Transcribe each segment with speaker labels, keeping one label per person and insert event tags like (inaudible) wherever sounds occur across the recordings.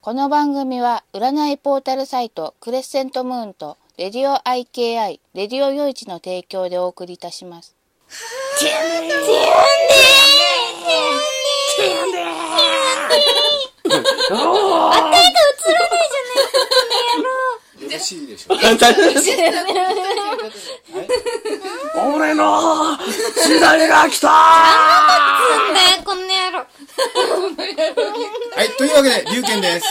Speaker 1: この番組は占いポータルサイトクレッセントムーンとレディオ IKI レディオ夜市の提供でお送りいたします
Speaker 2: 嬉しいでしょ
Speaker 3: 俺の時代が来たー
Speaker 4: ねこの野郎
Speaker 2: はい、というわけで、龍拳です。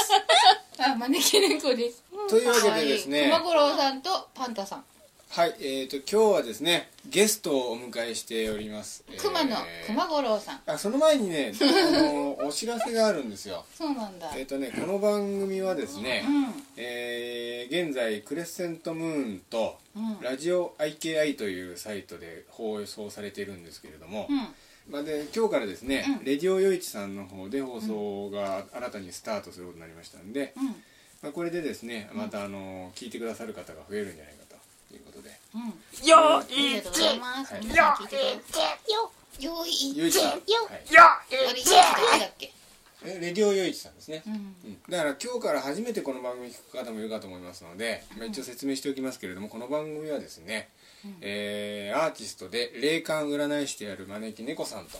Speaker 1: あ招き猫です
Speaker 2: というわけでですね、
Speaker 1: 熊五郎さんとパンタさん
Speaker 2: はい、えっ、と、今日はですね、ゲストをお迎えしております。えー
Speaker 1: 熊の熊五郎さん
Speaker 2: あ、その前にね、あのお知らせがあるんですよ。
Speaker 1: そうなんだ
Speaker 2: えっ、とね、この番組はですね、
Speaker 1: うん
Speaker 2: えー現在クレッセントムーンと
Speaker 1: うん
Speaker 2: ラジオ IKI というサイトで放送されているんですけれども、
Speaker 1: うん
Speaker 2: まあ、で今日からですね、
Speaker 1: うん
Speaker 2: レディオよいちさんの方で放送が新たにスタートすることになりましたんで、
Speaker 1: うん
Speaker 2: まあ、これでですねまたあの聞いてくださる方が増えるんじゃないかということで
Speaker 1: うん
Speaker 3: よ
Speaker 1: ありがとうございます
Speaker 2: はい
Speaker 1: 皆さん聞いてくださいよよい
Speaker 2: よいちさん、はい、
Speaker 1: あれ誰だっけ
Speaker 2: えレディオよいちさんですね
Speaker 1: う、ん
Speaker 2: うんだから今日から初めてこの番組聞く方もいるかと思いますので、まあ、一応説明しておきますけれどもこの番組はですね、えーアーティストで霊感占い師である招き猫さんと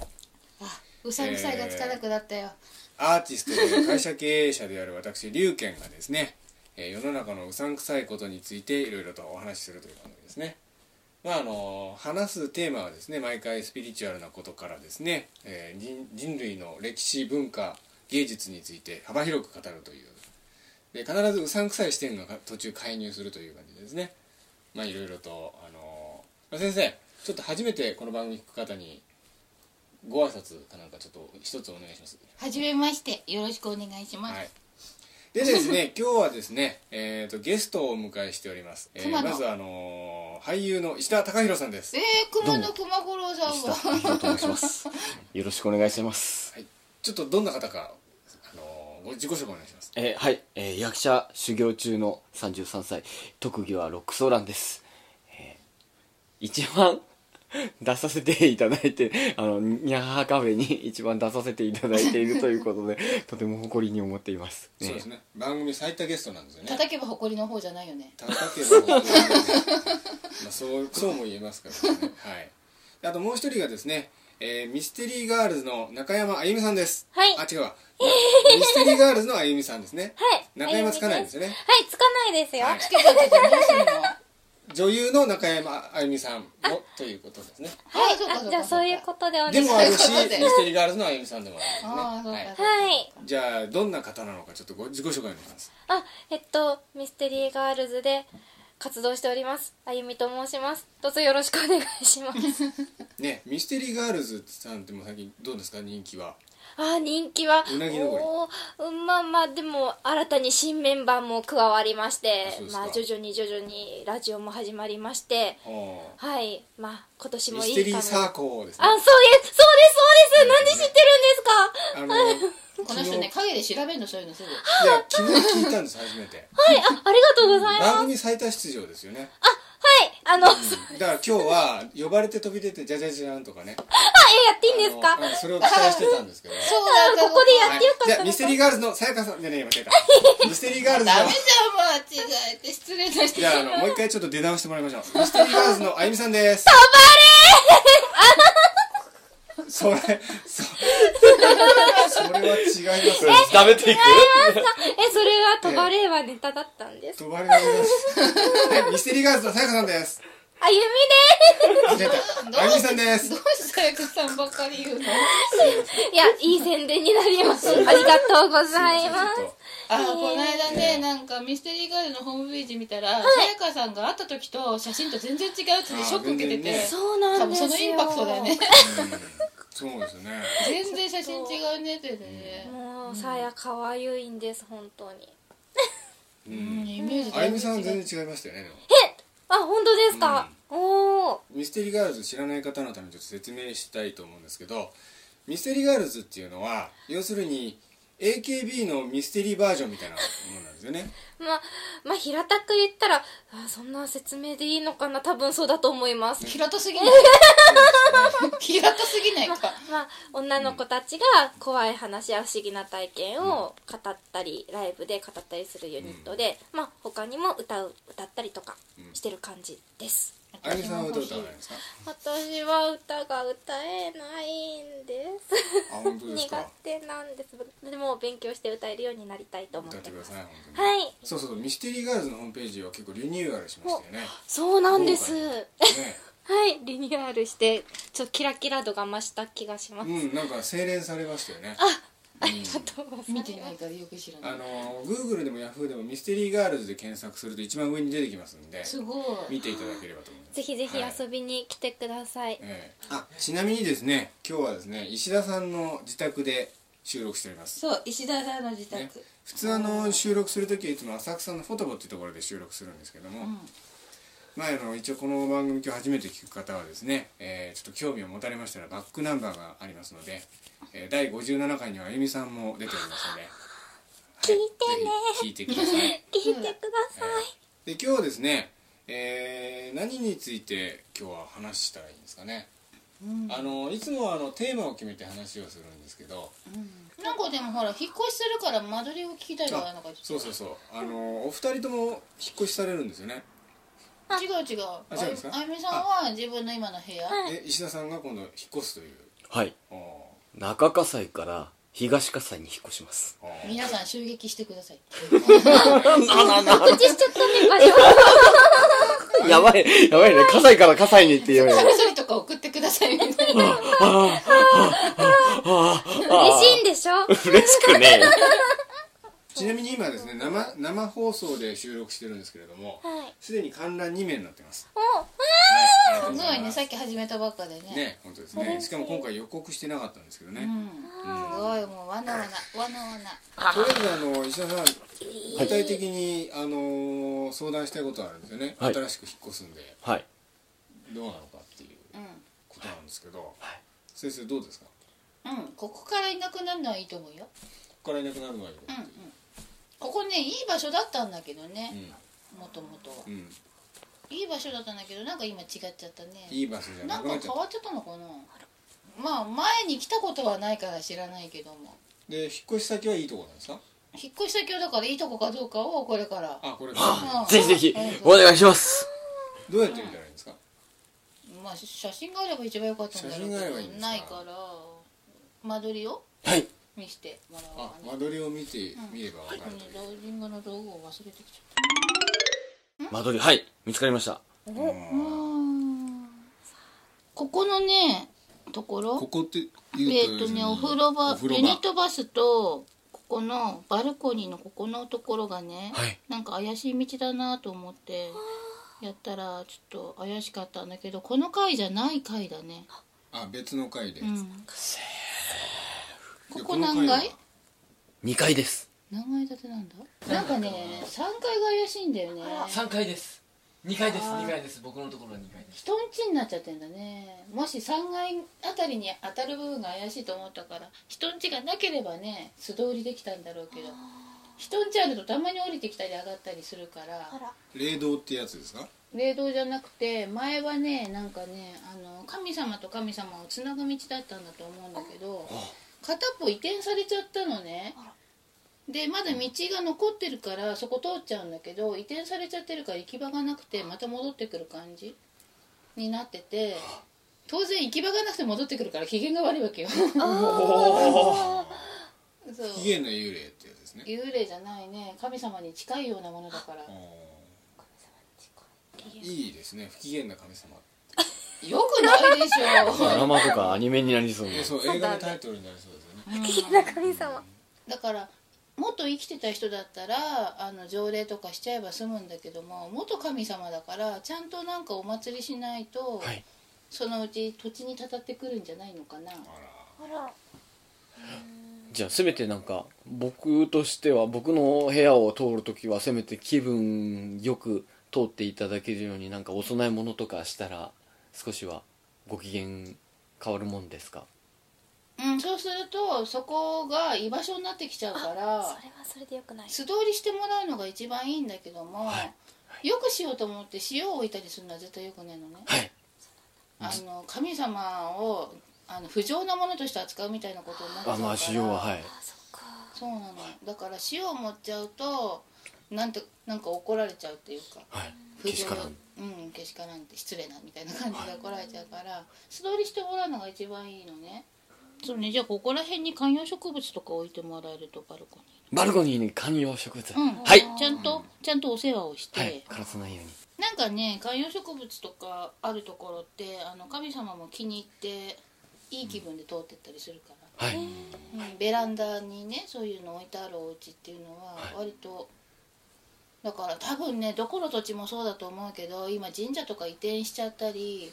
Speaker 1: うさぎさいがつかなくなったよ
Speaker 2: アーティストで会社経営者である私龍賢がですね、えー世の中のうさんくさいことについていろいろとお話しするという番組ですねまああの話すテーマはですね毎回スピリチュアルなことからですね、えー人人類の歴史文化芸術について幅広く語るというで必ずうさんくさい視点が途中介入するという感じですねまあいろいろとあのまあ先生ちょっと初めてこの番組聞く方にご挨拶かなんかちょっと一つお願いします
Speaker 1: はじめましてよろしくお願いします、
Speaker 2: はい。でですね、 (laughs) 今日はですね、えっ、とゲストをお迎えしております。えー
Speaker 1: 熊野
Speaker 2: まずあのー俳優の石田貴弘さんです。
Speaker 1: え
Speaker 2: は
Speaker 1: ー、熊の熊五郎さんは
Speaker 3: と申します (laughs) よろしくお願いします
Speaker 2: い。ちょっとどんな方かあのーご自己紹介お願いします。
Speaker 3: えーはい、えー役者修行中の33歳特技はロックソーランです、えー一番 (laughs) 出させていただいてあのニャハハカフェに (laughs) 一番出させていただいているということ (laughs) でとても誇りに思っています、ね
Speaker 2: そうですね。番組最多ゲストなんですよね。
Speaker 1: 叩けば誇りの方じゃないよね
Speaker 2: 叩けば本当に (laughs) まあそうそうも言えますからね。はい。であともう一人がですね、えーミステリーガールズの中山あゆみさんです。
Speaker 4: はい
Speaker 2: あ違うわ。ミステリーガールズのあゆみさんですね。
Speaker 4: はい
Speaker 2: 中山つかないんですよね。
Speaker 4: はいつかないですよ
Speaker 2: は
Speaker 4: はいい、
Speaker 1: つけちゃってどうするのあ
Speaker 2: 女優の中山あゆみさんもということですね
Speaker 1: あそうかそうか
Speaker 4: あじゃあそういうことでお願い
Speaker 2: で
Speaker 4: し
Speaker 2: も
Speaker 4: ま
Speaker 2: あ
Speaker 4: す
Speaker 2: るし
Speaker 1: そういうことで
Speaker 2: ミステリーガールズのあゆみさんでもあ
Speaker 1: あ
Speaker 2: るん
Speaker 1: そう
Speaker 2: ですね、
Speaker 1: か
Speaker 2: は
Speaker 1: そ
Speaker 2: い、
Speaker 1: うか
Speaker 4: はい
Speaker 2: じゃあどんな方なのかちょっとご自己紹介お願いします
Speaker 4: あえっとミステリーガールズで活動しておりますあゆみと申しますどうぞよろしくお願いします
Speaker 2: (laughs) ねミステリーガールズさんってもう最近どうですか人気は
Speaker 4: あ人気は
Speaker 2: うなぎ登り
Speaker 4: おーうんまあまあでも新たに新メンバーも加わりまして
Speaker 2: あそうですか
Speaker 4: まあ徐々に徐々にラジオも始まりまして
Speaker 2: はあ
Speaker 4: はいまあ今年
Speaker 2: ミ
Speaker 4: もいい
Speaker 2: ス
Speaker 4: か
Speaker 2: テ
Speaker 4: も
Speaker 2: リーサーコーですね
Speaker 4: あそうですそうですそうですなんで知ってるんですか
Speaker 2: あの
Speaker 1: (laughs) この人ね影で調べるのそういうのすぐ
Speaker 2: 昨日いや昨日聞いたんです初めて
Speaker 4: はい、あ、ありがとうございます。
Speaker 2: 番組最多出場ですよね
Speaker 4: はい、あの、あ、え、
Speaker 2: だから今日は呼ばれて飛び出てじゃじゃじゃんとかね
Speaker 4: やっていいんですか
Speaker 2: あのあのそれを期待してた
Speaker 1: (laughs)
Speaker 2: んですけど
Speaker 1: そうなんだ
Speaker 4: ここでやってよか
Speaker 2: じ
Speaker 4: っ
Speaker 2: ゃ
Speaker 4: た
Speaker 2: あ
Speaker 4: の
Speaker 2: ミ
Speaker 4: か
Speaker 2: ステリーガールズのさやかさんじゃねえ間違え
Speaker 1: (laughs)
Speaker 2: たミステリーガールズの
Speaker 1: ダメじゃん間違えて失礼な人
Speaker 2: じゃああのもう一回ちょっと出直してもらいましょうミステリーガールズのあゆみさ
Speaker 1: (laughs)
Speaker 2: んですそれそそれは違います
Speaker 3: 食べていく
Speaker 4: え、それはトバレーはネタだったんです。
Speaker 2: 飛ばれないですはいミステリーガールズのさやかさんです
Speaker 4: (laughs) あゆみ
Speaker 2: 間違えたあゆみさんです
Speaker 1: どうしてやくさんばっかり言うの
Speaker 4: (laughs) です。いや、いい宣伝になります。ありがとうございますす
Speaker 2: い。ま
Speaker 1: あこの間ねなんかミステリーガールのホームページ見たらさやかさんが会った時と写真と全然違うっつってショック受けて
Speaker 2: あー全然
Speaker 1: て
Speaker 2: ね
Speaker 4: そう
Speaker 1: 多
Speaker 4: なん
Speaker 1: 分
Speaker 4: です
Speaker 1: そ
Speaker 4: よ。
Speaker 1: のインパクトだよね
Speaker 2: せんちょっとうんそうです (laughs) ね
Speaker 1: 全然写真違うねってね
Speaker 4: もう、さやかわゆいんです、本当に。
Speaker 2: う
Speaker 1: うんんイメージ
Speaker 2: あゆみさん
Speaker 1: だいぶ違う
Speaker 2: 全然違いましたよねでも
Speaker 4: あ、本当ですか、おー。
Speaker 2: ミステリーガールズ知らない方のためにちょっと説明したいと思うんですけどミステリーガールズっていうのは要するに AKB のミステリーバージョンみたいなものなんです (laughs) よね
Speaker 4: まあ、まあ、平たく言ったら、あそんな説明でいいのかな、多分そうだと思います。
Speaker 1: 平た (laughs) すぎない平たすぎない
Speaker 4: ま
Speaker 1: か
Speaker 4: あ、まあ、女の子たちが怖い話や不思議な体験を語ったり、ライブで語ったりするユニットで、まあ、他にも歌う、歌ったりとかしてる感じです。
Speaker 2: あゆみさんは歌歌わないんですか
Speaker 4: 私は歌が歌えないんです。
Speaker 2: あ本当です
Speaker 4: (laughs) 苦
Speaker 2: か
Speaker 4: 手なんです。でも、勉強して歌えるようになりたいと思っ
Speaker 2: 歌っててく
Speaker 4: ま
Speaker 2: だ
Speaker 4: す。
Speaker 2: さい本当に
Speaker 4: はい。
Speaker 2: そうそうそうミステリーガールズのホームページは結構リニューアルしましたよね
Speaker 4: そうなんです。
Speaker 2: 豪華
Speaker 4: は
Speaker 2: ね
Speaker 4: い、リニューアルして、ちょっとキラキラ度が増した気がします。
Speaker 2: うんなんか精錬されましたよね
Speaker 4: ありがとうございます。
Speaker 1: 見てないからよく知らない
Speaker 2: あの Google でも Yahoo でもミステリーガールズで検索すると一番上に出てきますんです
Speaker 1: ごい
Speaker 2: 見ていただければと思います
Speaker 4: (laughs) ぜひぜひ
Speaker 2: はい
Speaker 4: 遊びに来てください。
Speaker 2: ええあちなみにですね今日はですね石田さんの自宅で収録しております、
Speaker 1: そう石田さんの自宅、
Speaker 2: ね、普通あの収録する時はいつも浅草のフォトボっていうところで収録するんですけども、
Speaker 1: うん
Speaker 2: まあ、あの一応この番組今日初めて聞く方はですね、えーちょっと興味を持たれましたらバックナンバーがありますので、えー第57回にはあゆみさんも出ておりますので、
Speaker 4: 聞い
Speaker 2: はい、ぜひ聞いてください
Speaker 4: (laughs) 聞いてくださ
Speaker 2: で今日はですね、えー何について今日は話したらいいんですかね、
Speaker 1: うん
Speaker 2: あのいつもはあのテーマを決めて話をするんですけど
Speaker 1: なんかでもほら引っ越しするから間取りを聞きたいじゃないの
Speaker 2: あ
Speaker 1: かちょっと
Speaker 2: そうそうそうあのお二人とも引っ越しされるんですよね
Speaker 1: 違う違うあ
Speaker 2: 違うんですか
Speaker 1: ゆあゆみさんは自分の今の部屋
Speaker 4: はい
Speaker 2: で石田さんが今度引っ越すという
Speaker 3: はい
Speaker 2: あ
Speaker 3: 中葛西から東葛西に引っ越します
Speaker 2: ーあー
Speaker 1: 皆さん襲撃してく
Speaker 2: (laughs)
Speaker 1: ださい
Speaker 4: い。告知しちゃったね、場所。
Speaker 3: やばいやばいね葛西から葛西にって言われ
Speaker 1: カ
Speaker 3: る
Speaker 1: ミソリとか送ってくださいみたいな
Speaker 4: 嬉しいんでしょ
Speaker 3: 嬉しくね
Speaker 2: ちなみに今ですね生生放送で収録してるんですけれども
Speaker 4: はい。
Speaker 2: すでに観覧2名になってます
Speaker 4: お、
Speaker 2: はいありがとう
Speaker 1: す
Speaker 2: ご
Speaker 1: ご
Speaker 2: ざ
Speaker 1: いね
Speaker 2: ます
Speaker 1: さっき始めたばっかでね
Speaker 2: ね本当ですねしかも今回予告してなかったんですけどね、
Speaker 1: うん
Speaker 2: うん
Speaker 1: すごいもうわなわなわなわな
Speaker 2: とりあえずあの石田さん具体的に、あの相談したいことあるんですよね、
Speaker 3: はい
Speaker 2: 新しく引っ越すんで
Speaker 3: はい
Speaker 2: どうなのかっていう
Speaker 1: う
Speaker 2: ことなんですけど、
Speaker 3: はい
Speaker 2: 先生どうですか
Speaker 1: んうんここからいなくなるのはいいと思うよ
Speaker 2: ここからいなくなるのはいいこ
Speaker 1: うん
Speaker 2: と
Speaker 1: うんここねいい場所だったんだけどね
Speaker 2: う
Speaker 1: もともとは
Speaker 2: ん、うん
Speaker 1: いい場所だったんだけどなんか今違っちゃったね
Speaker 2: いい場所じゃ
Speaker 1: な
Speaker 2: なんく
Speaker 1: か
Speaker 2: なっち
Speaker 1: 変
Speaker 2: ゃった
Speaker 1: わっちゃったのかなまあ前に来たことはないから知らないけども
Speaker 2: で引っ越し先はいいとこなんですか
Speaker 1: 引っ越し先はだからいいとこかどうかをこれから
Speaker 2: あこれから
Speaker 1: うん
Speaker 3: ぜひぜひお願いします
Speaker 2: どうやって見たらいいんですか、
Speaker 1: まあ写真があれば一番良かったんだろうけど
Speaker 2: 写真があればいいんですか
Speaker 1: ないから間取りを
Speaker 3: はい
Speaker 1: 見せてもらおう
Speaker 2: あ
Speaker 1: かな
Speaker 2: 間取りを見て、見ればわかる
Speaker 1: このローディングの道具を忘れてきちゃっ
Speaker 3: 間取りはい見つかりました
Speaker 2: という
Speaker 1: た
Speaker 2: うん
Speaker 1: ここのねとこ
Speaker 2: こ
Speaker 1: ろ
Speaker 2: こって言
Speaker 1: えっ、とねお風呂場
Speaker 2: お風呂
Speaker 1: ユニットバスとここのバルコニーのここのところがね、
Speaker 3: はい
Speaker 1: なんか怪しい道だなと思ってやったらちょっと怪しかったんだけどこの階じゃない階だね、
Speaker 2: あ別の階で、
Speaker 1: うん、こ
Speaker 2: で
Speaker 1: こ
Speaker 2: の
Speaker 1: 何
Speaker 2: 階
Speaker 1: 階
Speaker 2: は
Speaker 3: 2階です
Speaker 1: 何階建てなんだなんかね3階が怪しいんだよね
Speaker 5: 3階です2階です2階です僕のところは2階です
Speaker 1: 人ん家になっちゃってんだねもし3階あたりに当たる部分が怪しいと思ったから人ん家がなければね素通りできたんだろうけど人ん家あるとたまに降りてきたり上がったりするから
Speaker 2: 霊堂ってやつですか
Speaker 1: 霊道じゃなくて前はねなんかねあの神様と神様をつなぐ道だったんだと思うんだけど片っぽ移転されちゃったのねでまだ道が残ってるからそこ通っちゃうんだけど移転されちゃってるから行き場がなくてまた戻ってくる感じになってて当然行き場がなくて戻ってくるから機嫌が悪いわけよ (laughs) そう
Speaker 2: 起源の幽霊ってやつですね
Speaker 1: 幽霊じゃないね神様に近いようなものだから
Speaker 2: いいですね不機嫌な神様
Speaker 1: よくないでしょ
Speaker 3: ド (laughs) ラマとかアニメになりそうな
Speaker 2: そう映画のタイトルになりそうですよね
Speaker 4: 神様。
Speaker 1: だから元生きてた人だったらあの条例とかしちゃえば済むんだけども元神様だからちゃんとなんかお祭りしないと、
Speaker 3: はい
Speaker 1: そのうち土地にたたってくるんじゃないのかな
Speaker 2: あ
Speaker 4: あら。
Speaker 3: じゃあせめてなんか僕としては僕の部屋を通るときはせめて気分よく通っていただけるようになんかお供え物とかしたら少しはご機嫌変わるもんですか
Speaker 1: うん、そうするとそこが居場所になってきちゃうから
Speaker 4: それはそれでよくない
Speaker 1: 素通りしてもらうのが一番いいんだけども、よくしようと思って塩を置いたりするのは絶対よくないのね、
Speaker 3: はい
Speaker 1: あの神様をあの不浄なものとして扱うみたいなことになっちゃ
Speaker 3: あ
Speaker 1: うから
Speaker 3: まあ塩ははい
Speaker 4: あそっか
Speaker 1: そうなのだから塩を持っちゃうとなんてなんか怒られちゃうっていうか
Speaker 3: はい
Speaker 1: 不
Speaker 3: け
Speaker 1: 浄
Speaker 3: し
Speaker 1: な
Speaker 3: からん
Speaker 1: うんけしからんって失礼なみたいな感じで怒られちゃうから、素通りしてもらうのが一番いいのねそうねじゃあここら辺に観葉植物とか置いてもらえるとバルコニー
Speaker 3: バルコニーに観葉植物、
Speaker 1: うん
Speaker 3: はい
Speaker 1: ちゃんとちゃんとお世話をして、
Speaker 3: はい枯らさないように
Speaker 1: なんかね観葉植物とかあるところってあの神様も気に入っていい気分で通ってったりするか
Speaker 3: はい
Speaker 1: ら、うんベランダにねそういうの置いてあるお家っていうのは割と、だから多分ねどこの土地もそうだと思うけど今神社とか移転しちゃったり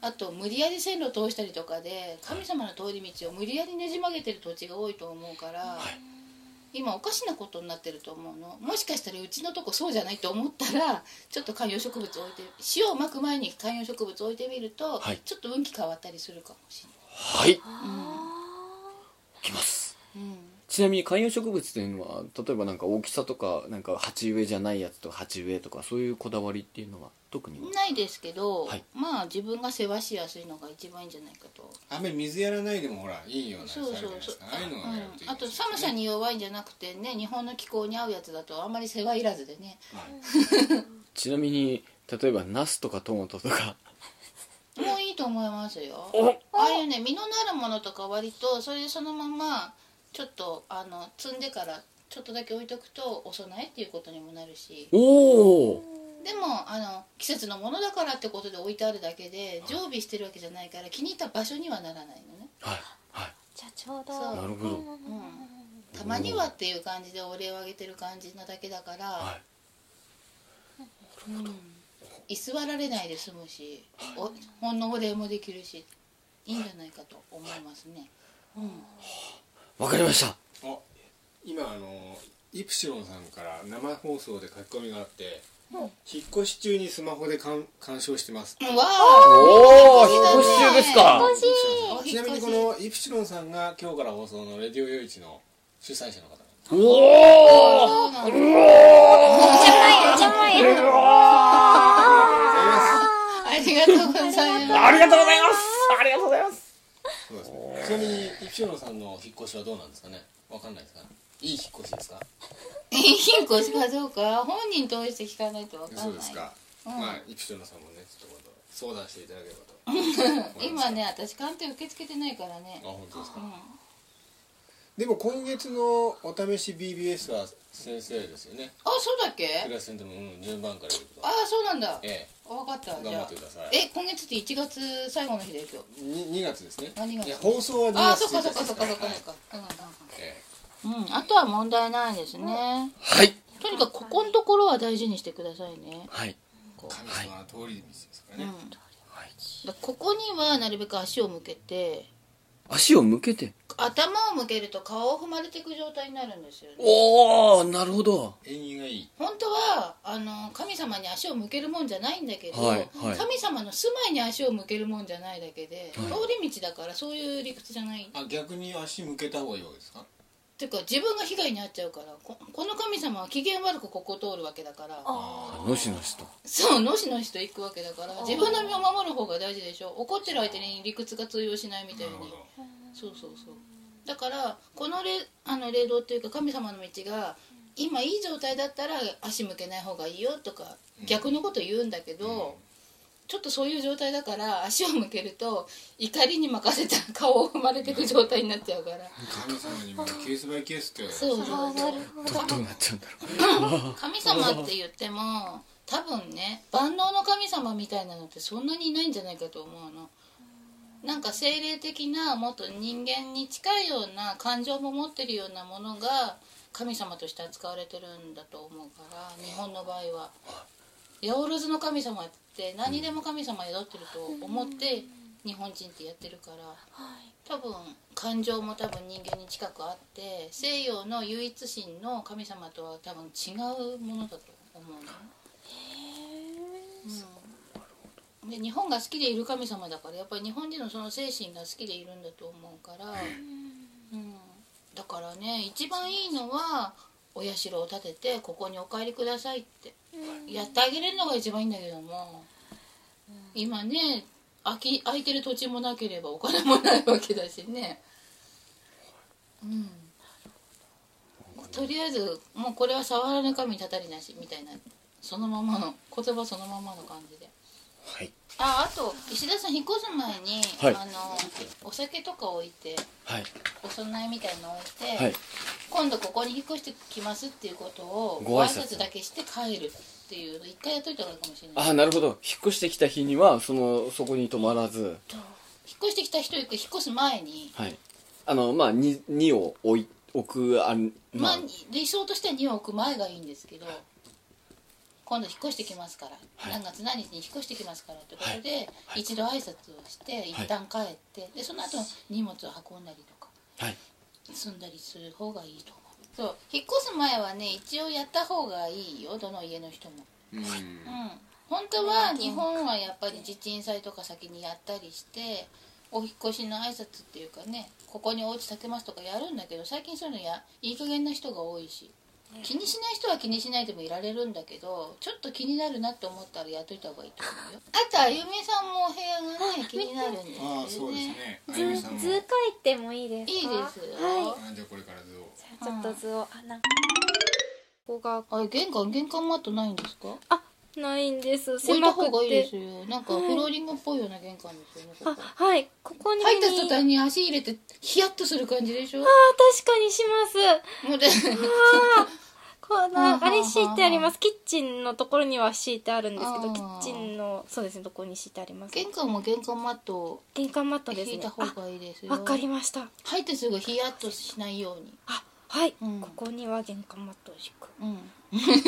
Speaker 1: あと無理やり線路通したりとかで神様の通り道を無理やりねじ曲げてる土地が多いと思うから。今おかしなことになってると思うのもしかしたらうちのとこそうじゃないと思ったらちょっと観葉植物置いて塩をまく前に観葉植物置いてみると、
Speaker 3: はい
Speaker 1: ちょっと運気変わったりするかもし
Speaker 3: はい
Speaker 1: れな
Speaker 3: きます
Speaker 1: い、うん
Speaker 3: ちなみに観葉植物というのは例えばなんか大きさとかなんか鉢植えじゃないやつとか鉢植えとかそういうこだわりっていうのは特に
Speaker 1: うんないですけど、
Speaker 3: はい
Speaker 1: まあ自分が世話しやすいのが一番いいんじゃないかと
Speaker 2: 雨水やらないでもほらいいようなやつあ
Speaker 1: そう
Speaker 2: るじゃ
Speaker 1: そう
Speaker 2: ないで
Speaker 1: そう
Speaker 2: すかああいうのがやるといいですよね
Speaker 1: うんあと寒さに弱いんじゃなくてね日本の気候に合うやつだとあんまり世話いらずでね
Speaker 3: ちなみに例えばナスとかトマトとか
Speaker 1: もういいと思いますよ
Speaker 3: お
Speaker 1: ああいうね実のあるものとか割とそれでそのままちょっとあの摘んでからちょっとだけ置いとくとお供えっていうことにもなるし
Speaker 3: おお
Speaker 1: でもあの季節のものだからってことで置いてあるだけで常備してるわけじゃないから気に入った場所にはならないのね、
Speaker 3: はいはい
Speaker 4: じゃあちょうど
Speaker 1: そう
Speaker 3: なるほど
Speaker 4: うん
Speaker 1: うん、たまにはっていう感じでお礼をあげてる感じなだけだから、
Speaker 3: は
Speaker 1: う
Speaker 3: い
Speaker 1: ん、居座られないで済むしおほんのお礼もできるしいいんじゃないかと思いますね、うん
Speaker 3: わかりました
Speaker 2: あ今あのイプシロンさんから生放送で書き込みがあって、引っ越し中にスマホで鑑鑑賞してます
Speaker 1: わあ
Speaker 3: おお
Speaker 1: 引っ越し中ですか
Speaker 3: か
Speaker 1: しい
Speaker 2: ちなみにこのイプシロンさんが今日から放送の「レディオ夜市」の主催者の方
Speaker 3: お
Speaker 1: そ
Speaker 3: お
Speaker 1: うなんだ
Speaker 4: じゃあ前へ
Speaker 1: ありがとうございます
Speaker 3: ありがとうございますありがとうございます
Speaker 2: そうですねちなみにイプシロンさんの引っ越しはどうなんですかねわかんないですかいい引っ越しですか
Speaker 1: 金庫しかどうか本人通して聞かないとわかんない
Speaker 2: そうですか、
Speaker 1: うん
Speaker 2: まあイプシロンさんもねちょっと今度相談していただければと思います
Speaker 1: 今ね私鑑定受け付けてないからね
Speaker 2: あ本当ですか、
Speaker 1: うん
Speaker 2: でも今月のお試し BBS は先生ですよね
Speaker 1: あそうだっけ
Speaker 2: クラス先生も、うん、順番から言うと
Speaker 1: あそうなんだ
Speaker 2: え
Speaker 1: 分かった
Speaker 2: え
Speaker 1: じ
Speaker 2: 頑張
Speaker 1: ゃ
Speaker 2: っ
Speaker 1: あ
Speaker 2: てください
Speaker 1: え今月って1月最後の日だよ今日
Speaker 2: に2月ですね
Speaker 1: 何月
Speaker 2: いや放送は2
Speaker 1: あ
Speaker 2: 月
Speaker 1: そっかそ
Speaker 2: 1
Speaker 1: っか
Speaker 2: 日
Speaker 1: そっかそっか
Speaker 2: はい
Speaker 1: そっかうんうん
Speaker 2: え
Speaker 1: うんうんあとは問題ないですね
Speaker 3: はい
Speaker 1: とにかくここのところは大事にしてくださいね
Speaker 3: はい
Speaker 2: え神様の通り道ですから
Speaker 1: う
Speaker 2: ね、
Speaker 1: ん
Speaker 3: はい
Speaker 1: だここにはなるべく足を向けて
Speaker 3: 足を向けて
Speaker 1: 頭を向けると顔を踏まれていく状態になるんですよね
Speaker 3: おおなるほど
Speaker 2: 縁起がいい
Speaker 1: 本当はあの神様に足を向けるもんじゃないんだけど、
Speaker 3: はいはい
Speaker 1: 神様の住まいに足を向けるもんじゃないだけで、
Speaker 3: はい
Speaker 1: 通り道だからそういう理屈じゃないっ
Speaker 2: あ逆に足向けた方がいいわけですか
Speaker 1: ていうか自分が被害に遭っちゃうからここの神様は機嫌悪くここを通るわけだから
Speaker 3: のしのしと
Speaker 1: そうのしのしと行くわけだから自分の身を守る方が大事でしょ怒ってる相手に理屈が通用しないみたいに
Speaker 2: なるほど
Speaker 1: そうそうそうだからこのれあの霊道っていうか神様の道が今いい状態だったら足向けない方がいいよとか逆のこと言うんだけど、ちょっとそういう状態だから足を向けると怒りに任せたら顔を踏まれていく状態になっちゃうから
Speaker 2: 神様にもうケースバイケースって
Speaker 1: そうそう
Speaker 4: あなるほど
Speaker 3: どうなっちゃうんだろ
Speaker 1: 神様って言っても多分ね万能の神様みたいなのってそんなにいないんじゃないかと思うのなんか精霊的なもっと人間に近いような感情も持ってるようなものが神様として扱われてるんだと思うから日本の場合は八百万の神様って何にでも神様宿ってると思って日本人ってやってるから多分感情も多分人間に近くあって西洋の唯一神の神様とは多分違うものだと思うのね、うんで日本が好きでいる神様だからやっぱり日本人のその精神が好きでいるんだと思うから、うん、だからね一番いいのはお社を建ててここにお帰りくださいってやってあげれるのが一番いいんだけども、今ね空き空いてる土地もなければお金もないわけだしね。うんとりあえずもうこれは触らぬ神たたりなしみたいなそのままの言葉そのままの感じで
Speaker 3: はい
Speaker 1: ああと石田さん引っ越す前に、
Speaker 3: はい
Speaker 1: あのお酒とか置いて
Speaker 3: はい
Speaker 1: お供えみたいの置いて、
Speaker 3: はい
Speaker 1: 今度ここに引っ越してきますっていうことを
Speaker 3: ご
Speaker 1: ご
Speaker 3: 挨
Speaker 1: 挨
Speaker 3: 拶
Speaker 1: 拶だけして帰るっていうの一回やっといた方がいいかもしれない
Speaker 3: ああなるほど引っ越してきた日にはそのそこに泊まらず
Speaker 1: 引っ越してきた人行く引っ越す前に、
Speaker 3: はいあのまあ 2, 2を置い置くあん
Speaker 1: ま
Speaker 3: ま
Speaker 1: あ
Speaker 3: あ、
Speaker 1: 理想としては2を置く前がいいんですけど今度引っ越してきますから、
Speaker 3: はい
Speaker 1: 何月何日に引っ越してきますからということで、
Speaker 3: はい
Speaker 1: 一度挨拶をして一旦帰って、でその後荷物を運んだりとか
Speaker 3: はい
Speaker 1: 住んだりする方がいいと思うそう引っ越す前はね一応やった方がいいよどの家の人も
Speaker 2: うん
Speaker 1: うん本当は日本はやっぱり地鎮祭とか先にやったりしてお引っ越しの挨拶っていうかねここにお家建てますとかやるんだけど最近そういうのやいい加減な人が多いし気にしない人は気にしないでもいられるんだけどちょっと気になるなって思ったらやっといた方がいいと思うよ (laughs) あとあゆみさんもお部屋がね気になるんですよね
Speaker 2: ああそうですねあ
Speaker 4: 図
Speaker 2: ゆ
Speaker 4: 図
Speaker 2: みさ
Speaker 4: 書
Speaker 2: ん
Speaker 4: い
Speaker 2: も
Speaker 4: てもいいですか
Speaker 1: いいですよ、
Speaker 4: は
Speaker 2: あじゃあこれから図を
Speaker 4: いちょっと図をあなんかここが
Speaker 1: あれ玄関玄関マットないんですか
Speaker 4: あないんです
Speaker 1: 置いた
Speaker 4: 狭く
Speaker 1: 方がいいで
Speaker 4: て
Speaker 1: すよなんかフローリングっぽいような玄関ですよねここ
Speaker 4: あはいここに
Speaker 1: 入った途
Speaker 4: あ
Speaker 1: 端に足入れてヒヤッとする感じでしょも
Speaker 4: 確かにします
Speaker 1: うで
Speaker 4: あー (laughs) こう
Speaker 1: うん
Speaker 4: な
Speaker 1: うん
Speaker 4: あれ敷いてありますキッチンのところには敷いてあるんですけ
Speaker 1: う
Speaker 4: ど
Speaker 1: ん
Speaker 4: キッチンのそうですねどこに敷いてあります
Speaker 1: 玄関も玄関マットを
Speaker 4: 玄関マットです
Speaker 1: 引い
Speaker 4: ね
Speaker 1: た方がいいです
Speaker 4: あ
Speaker 1: よ
Speaker 4: わかりました
Speaker 1: 入ってすぐヒヤッとしないように
Speaker 4: あはい、
Speaker 1: うん
Speaker 4: ここには玄関マットを敷く
Speaker 1: うん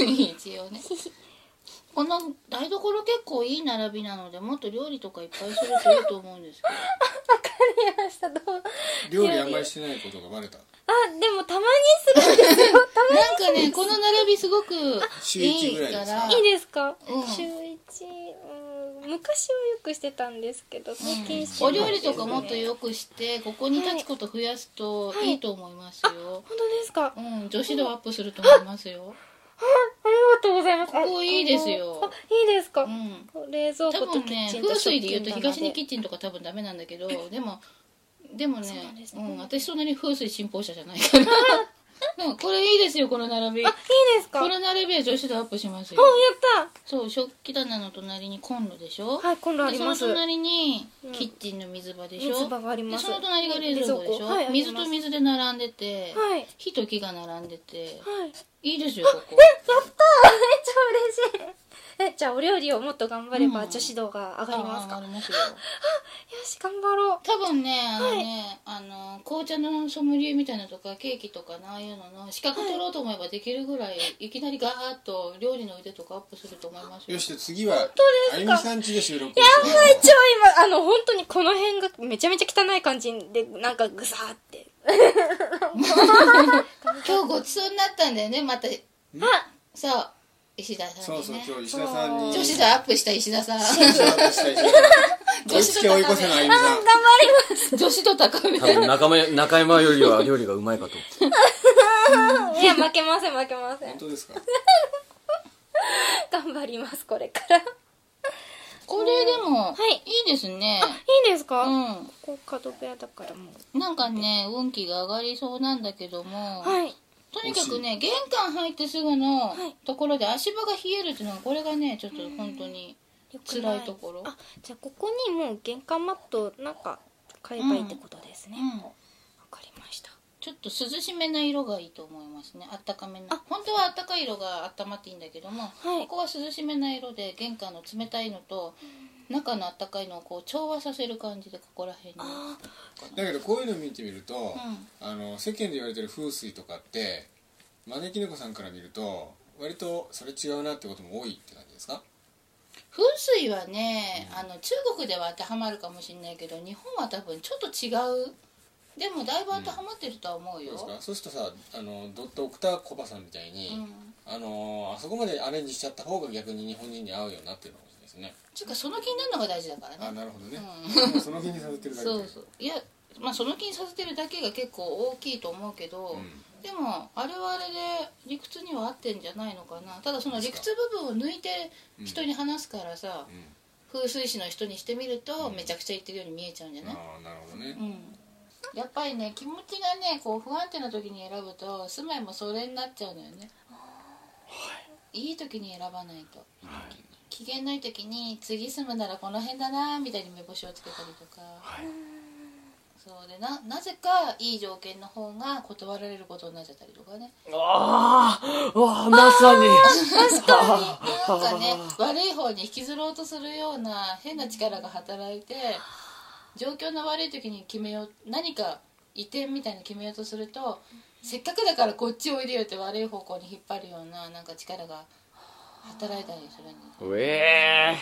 Speaker 1: 一応ねこの台所結構いい並びなのでもっと料理とかいっぱいするといいと思うんですけ
Speaker 4: わかりましたどう
Speaker 2: 料理あんまりしてないことがバレた
Speaker 4: あでもたまにするんですよた
Speaker 1: どなんかねこの並びすごく
Speaker 2: 週
Speaker 1: い
Speaker 2: 一
Speaker 1: い
Speaker 2: ぐらい
Speaker 1: か
Speaker 2: ですから
Speaker 4: まにいいですか、
Speaker 1: うん
Speaker 4: 週一うん昔はよくしてたんですけど最近して
Speaker 1: お
Speaker 4: ない
Speaker 1: 料理とかもっとよくしてここに立つこと増やすといいと思いますよ、
Speaker 4: 本当ですかああ
Speaker 1: うん女子度アップすると思いますよ
Speaker 4: りがとうございます
Speaker 1: ここいいですよ
Speaker 4: あいいですか、
Speaker 1: うん
Speaker 4: 冷蔵
Speaker 1: 多
Speaker 4: 庫と
Speaker 1: 分
Speaker 4: キッ
Speaker 1: ね
Speaker 4: チンと
Speaker 1: 風
Speaker 4: 食
Speaker 1: 水
Speaker 4: 器
Speaker 1: で言うと
Speaker 4: 棚
Speaker 1: 東にキッチンとか多分ダメなんだ
Speaker 4: (laughs)
Speaker 1: けどでもでもね
Speaker 4: そうなんです
Speaker 1: う
Speaker 4: ね
Speaker 1: ん、私そんなに風水信奉者じゃない
Speaker 4: (laughs)
Speaker 1: からでもこれいいですよこの並び
Speaker 4: あい
Speaker 1: こ
Speaker 4: いですか
Speaker 1: の並びは女子度アップしますよ
Speaker 4: おやっ
Speaker 1: そう食器棚の隣にコンロでしょ、
Speaker 4: たはい今度あ
Speaker 1: で
Speaker 4: り
Speaker 1: そ
Speaker 4: ま
Speaker 1: の
Speaker 4: す
Speaker 1: 隣に
Speaker 4: うん
Speaker 1: キッチンの水場でし
Speaker 4: 水
Speaker 1: ょ、
Speaker 4: 場があり
Speaker 1: で
Speaker 4: ます
Speaker 1: その隣が冷蔵庫でしょ、
Speaker 4: 冷蔵庫はいあり
Speaker 1: 水
Speaker 4: ます
Speaker 1: と水で並んでて、
Speaker 4: はいはい
Speaker 1: 火と木が並んでて
Speaker 4: えやっ
Speaker 1: いいですよここ
Speaker 4: ためっちゃ嬉しいえじゃあお料理をもっと頑張れば
Speaker 1: うん
Speaker 4: 女子度が上がりますか、
Speaker 1: ああ
Speaker 4: よ
Speaker 1: りますよ
Speaker 4: し頑張ろう
Speaker 1: 多分ねあのね、あの紅茶のソムリエみたいなのとかケーキとかなああいうのの資格取ろうと思えばできるぐらい、い、きなりガーッと料理の腕とかアップすると思いますよ
Speaker 2: よしじゃあ次はあゆみさん家で収録を
Speaker 4: やばい
Speaker 2: し
Speaker 4: ちょ今あの本当にこの辺がめちゃめちゃ汚い感じでなんかグサーって
Speaker 1: 今日ごちそうになったんだよねまた
Speaker 4: あ
Speaker 1: そう石田さん
Speaker 2: そう
Speaker 1: に
Speaker 2: そう
Speaker 1: ね
Speaker 2: 今日石田さんに
Speaker 1: 女子度アップした石田さん
Speaker 2: 追いつけ追い越せないあゆみさん
Speaker 1: 女子度高め
Speaker 3: 多分中間中山よりは料理がうまいかと
Speaker 4: (laughs) いや負けません負けません
Speaker 2: 本当ですか
Speaker 4: 頑張りますこれからは
Speaker 1: これでも、
Speaker 4: い
Speaker 1: い、いですね
Speaker 4: いいですか、
Speaker 1: うん
Speaker 4: ここ角部屋だからもう
Speaker 1: なんかね運気が上がりそうなんだけども、
Speaker 4: はい
Speaker 1: とにかくね玄関入ってすぐの
Speaker 4: はい
Speaker 1: ところで足場が冷えるっていうのはこれがねちょっと本当に
Speaker 4: よくな
Speaker 1: 辛いところ
Speaker 4: あじゃあここにもう玄関マットなんか買えばいいってことですね、
Speaker 1: うん
Speaker 4: わかりました
Speaker 1: ちょっと涼しめな色がいいと思いますねあったかめな
Speaker 4: あ
Speaker 1: 本当はあったかい色が温まっていいんだけども、
Speaker 4: はい
Speaker 1: ここは涼しめな色で玄関の冷たいのと中のあったかいのをこう調和させる感じでここら辺に
Speaker 4: あ
Speaker 2: だけどこういうの見てみると、
Speaker 1: ん
Speaker 2: あの世間で言われてる風水とかって招き猫さんから見ると割とそれ違うなってことも多いって感じですか
Speaker 1: 風水はねあの中国では当てはまるかもしれないけど日本は多分ちょっと違うでもだいぶ当てはまってるとは思う
Speaker 2: どう
Speaker 1: よ、
Speaker 2: ですかそうするとさあのドット・オクター・コバさんみたいに、
Speaker 1: うん
Speaker 2: あのあそこまでアレンジしちゃった方が逆に日本人に合うようになってるのかもしれないですね
Speaker 1: つうかその気になるのが大事だから
Speaker 2: あ
Speaker 1: ね
Speaker 2: なるほどね、
Speaker 1: うん
Speaker 2: もうその気にさせてるだけで
Speaker 1: そうそういやまあその気にさせてるだけが結構大きいと思うけど、
Speaker 2: ん
Speaker 1: でもあれはあれで理屈には合ってんじゃないのかなただその理屈部分を抜いて
Speaker 2: うん
Speaker 1: 人に話すからさ、
Speaker 2: うん
Speaker 1: 風水師の人にしてみると
Speaker 2: うん
Speaker 1: めちゃくちゃ言ってるように見えちゃうんじゃない、
Speaker 2: ああなるほどね、
Speaker 1: うん、やっぱりね気持ちがねこう不安定な時に選ぶと住まいもそれになっちゃうのよね、い、い時に選ばないと、機嫌のいい時に次住むならこの辺だなみたいに目星をつけたりとか、
Speaker 3: はい
Speaker 1: そうでななぜかいい条件の方が断られることになっちゃったりとかね
Speaker 3: ああ (laughs) わあまさに確かに
Speaker 1: なんかね悪い方に引きずろうとするような変な力が働いて状況の悪い時に決めよう何か移転みたいに決めようとするとせっかくだからこっちおいでよって悪い方向に引っ張るようななんか力が働いたりするんです
Speaker 3: うえ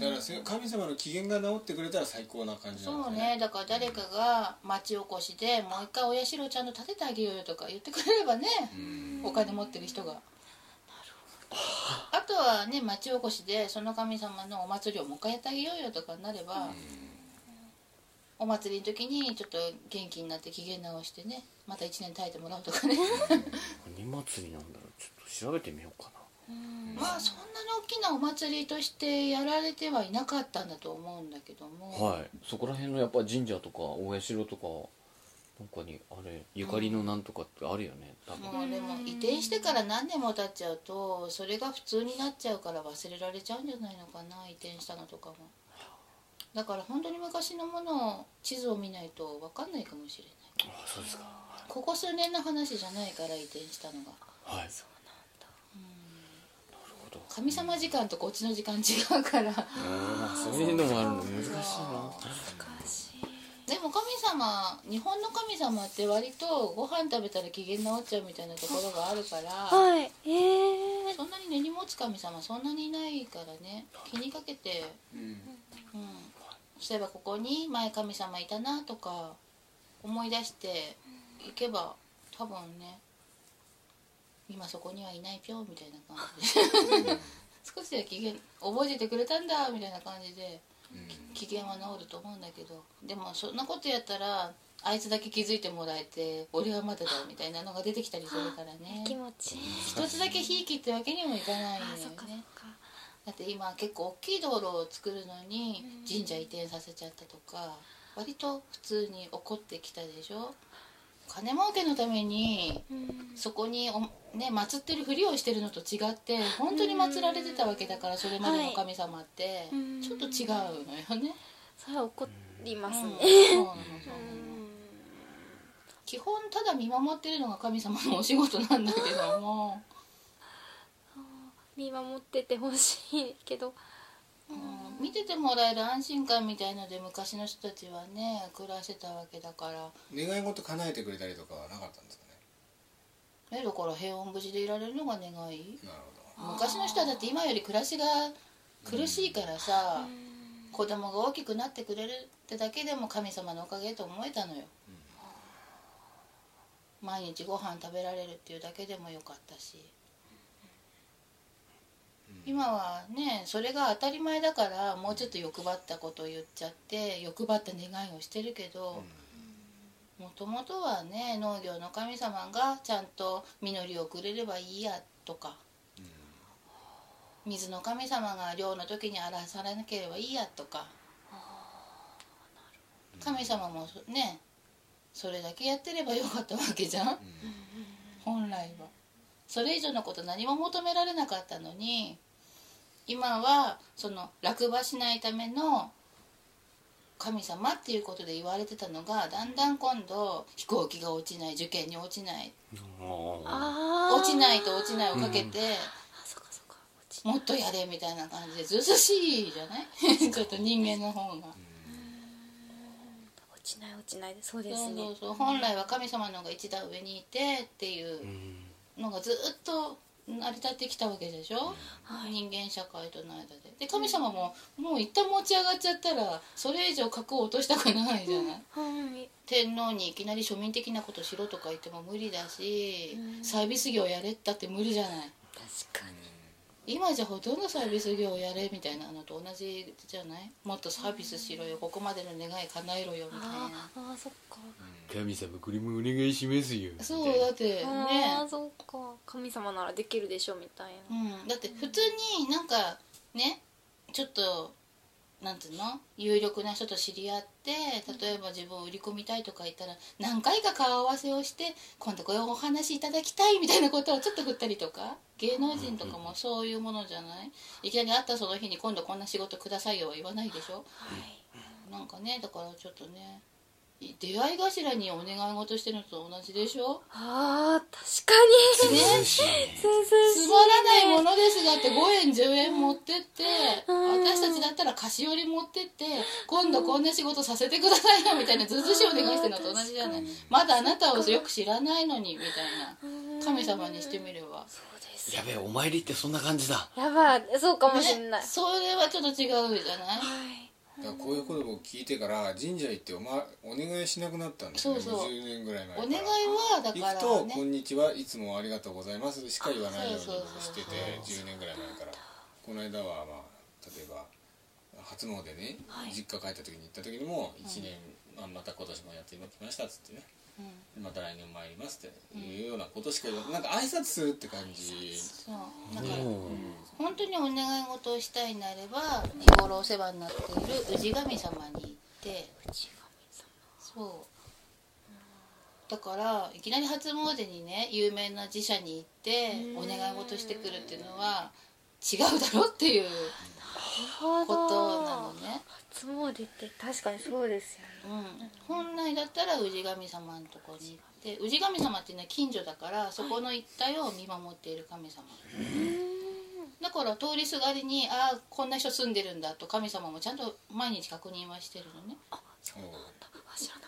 Speaker 2: だからせ神様の機嫌が治ってくれたら最高な感じなんで
Speaker 1: そう
Speaker 2: す
Speaker 1: ね
Speaker 2: ね
Speaker 1: だから誰かが町おこしでもう一回お社をちゃんと建ててあげようよとか言ってくれればねお金持ってる人があとはね町おこしでその神様のお祭りをもう一回やってあげようよとかになればお祭りの時にちょっと元気になって機嫌直してねまた1年耐えてもらうとかね
Speaker 3: 何祭りなんだろうちょっと調べてみようかな
Speaker 1: まあそんなに大きなお祭りとしてやられてはいなかったんだと思うんだけども、
Speaker 3: はいそこら辺のやっぱ神社とかお社とかなんかにあれゆかりのなんとかってあるよね多分
Speaker 1: もうでも移転してから何年も経っちゃうとそれが普通になっちゃうから忘れられちゃうんじゃないのかな移転したのとかもだから本当に昔のものを地図を見ないと分かんないかもしれない
Speaker 3: あそうですか
Speaker 1: ここ数年の話じゃないから移転したのが
Speaker 3: はいそうなんだなるほど
Speaker 1: 神様時間とこっちの時間違うから
Speaker 3: あーそういうのもあるの難しいな
Speaker 4: 難しい
Speaker 1: でも神様日本の神様って割とご飯食べたら機嫌治っちゃうみたいなところがあるから
Speaker 4: はいえー、
Speaker 1: そんなに根に持つ神様そんなにいないからね気にかけて
Speaker 2: うん
Speaker 1: うん、そういえばここに前神様いたなとか思い出して行けば多分ね今そこにはいないぴょんみたいな感じで (laughs) 少しは機嫌覚えててくれたんだみたいな感じで機嫌は治ると思うんだけどでもそんなことやったらあいつだけ気づいてもらえて俺はまだだみたいなのが出てきたりするからね
Speaker 4: 気持ちいい
Speaker 1: 一つだけひいきってわけにもいかない
Speaker 4: あ
Speaker 1: のよ
Speaker 4: ーそっかそっ
Speaker 1: ね
Speaker 4: か
Speaker 1: だって今結構大きい道路を作るのに神社移転させちゃったとか割と普通に怒ってきたでしょ金儲けのために
Speaker 4: うん
Speaker 1: そこにお、ね、祀ってるふりをしてるのと違って本当に祀られてたわけだからそれまでの神様って
Speaker 4: うん
Speaker 1: ちょっと違うのよね、
Speaker 4: それは怒り
Speaker 1: う
Speaker 4: ま
Speaker 1: ん、
Speaker 4: す
Speaker 1: そう
Speaker 4: ね
Speaker 1: なのそうなの
Speaker 4: うん
Speaker 1: 基本ただ見守ってるのが神様のお仕事なんだけども、
Speaker 4: 見守っててほしいけど
Speaker 1: うん、見ててもらえる安心感みたいので昔の人たちはね暮らしてたわけだから。
Speaker 2: 願い事叶えてくれたりとかはなかったんですかね
Speaker 1: ねだから平穏無事でいられるのが願い
Speaker 2: なる
Speaker 1: 昔の人はだって今より暮らしが苦しいからさ、子供が大きくなってくれるってだけでも神様のおかげと思えたのよ、毎日ご飯食べられるっていうだけでもよかったし、今はねそれが当たり前だからもうちょっと欲張ったことを言っちゃって欲張った願いをしてるけど、
Speaker 2: ほど、
Speaker 1: もともとはね農業の神様がちゃんと実りをくれればいいやとか、水の神様が漁の時に荒らされなければいいやとか神様もそねそれだけやってればよかったわけじゃん、本来はそれ以上のこと何も求められなかったのに今はその落馬しないための神様っていうことで言われてたのがだんだん今度飛行機が落ちない受験に落ちない
Speaker 3: あ
Speaker 4: あ
Speaker 1: 落ちないいと落ちないをかけて、
Speaker 4: あそっかそっか落ち
Speaker 1: もっとやれみたいな感じでずうずうしいじゃない (laughs) ちょっと人間の方が、
Speaker 4: 落ちない落ちないそうです
Speaker 1: そう
Speaker 4: ね
Speaker 1: そうそう本来は神様の方が一段上にいてっていうのがずっと成り立ってきたわけでしょ、人間社会との間でで神様ももう一旦持ち上がっちゃったらそれ以上格を落としたくないじゃない、
Speaker 4: はい
Speaker 1: 天皇にいきなり庶民的なことしろとか言っても無理だし、サービス業やれったって無理じゃない
Speaker 4: 確かに
Speaker 1: 今じゃほとんどサービス業をやれみたいなのと同じじゃないもっとサービスしろよここまでの願い叶えろよみたい
Speaker 4: あ
Speaker 1: な
Speaker 4: ーあーそっか
Speaker 3: 神様これもお願いしますよ
Speaker 1: そう
Speaker 3: みたい
Speaker 1: だ
Speaker 3: な
Speaker 1: ってね
Speaker 4: ああそっか神様ならできるでしょみたいな
Speaker 1: うん、だって普通になんかねちょっとなんていうの有力な人と知り合って例えば自分を売り込みたいとか言ったら何回か顔合わせをして今度これお話いただきたいみたいなことをちょっと振ったりとか芸能人とかもそういうものじゃないいきなり会ったその日に今度こんな仕事くださいよは言わないでしょ
Speaker 4: はい
Speaker 1: なんかねだからちょっとね出会い頭にお願い事してるのと同じでしょ
Speaker 4: ああ確かに
Speaker 1: ね
Speaker 3: 嬉しいね
Speaker 4: つ
Speaker 1: つまらないものですがって5円10円持ってって
Speaker 4: うん
Speaker 1: 私たちだったら菓子折り持ってって今度こんな仕事させてくださいよみたいなずうずうしいお願いしてるのと同じじゃないまだあなたをよく知らないのにみたいな神様にしてみれば
Speaker 4: そうです
Speaker 3: やべえお参りってそんな感じだ
Speaker 4: やばいそうかもしんない、
Speaker 1: ねそれはちょっと違うじゃない
Speaker 4: はい
Speaker 2: だからこういうことを聞いてから神社行ってお,、ま、お願いしなくなったんですよね
Speaker 1: そうそう
Speaker 2: 50年ぐらい前
Speaker 1: お
Speaker 2: から
Speaker 1: 願いはだから
Speaker 2: 行くと「こ
Speaker 1: ね
Speaker 2: んにちはいつもありがとうございます」しか言わないように
Speaker 1: そうそうそう
Speaker 2: してて10年ぐらい前からこの間はまあ例えば初詣ね、
Speaker 4: はい
Speaker 2: 実家帰った時に行った時にも1年、まあ、また今年もやってきましたっつってね
Speaker 1: うん
Speaker 2: また来年参りますっていうようなことしか言わなんか挨拶するって感じ
Speaker 1: そう
Speaker 3: う
Speaker 1: だから
Speaker 3: ん
Speaker 1: 本当にお願い事をしたいなれば日頃お世話になっている氏神様に行ってそうだからいきなり初詣にね有名な寺社に行ってお願い事してくるっていうのは違うだろっていう
Speaker 4: なる
Speaker 1: こと
Speaker 4: ほど
Speaker 1: なのね、
Speaker 4: 初詣って確かにそうですよね
Speaker 1: うん、本来だったら氏神様のとこに行って氏神様っていうのは近所だからそこの一帯を見守っている神様だから通りすがりにああこんな人住んでるんだと神様もちゃんと毎日確認はしてるのね
Speaker 4: あ知らな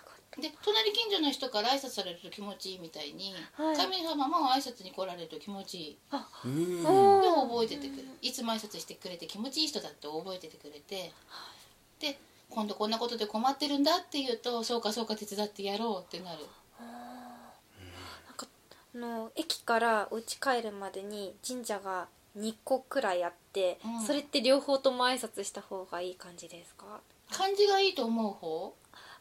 Speaker 4: かっ
Speaker 1: で隣近所の人から挨拶されると気持ちいいみたいに、
Speaker 4: はい
Speaker 1: 神様も挨拶に来られると気持ちいい
Speaker 3: うん
Speaker 4: た
Speaker 1: で
Speaker 4: お
Speaker 1: 覚えててくれるいつも挨拶してくれて気持ちいい人だって覚えててくれてで今度こんなことで困ってるんだって言うとそうかそうか手伝ってやろうってなる
Speaker 4: なんかあの駅からお家帰るまでに神社が2個くらいあって、
Speaker 1: うん
Speaker 4: それって両方とも挨拶した方がいい感じですか
Speaker 1: 感じがいいと思う方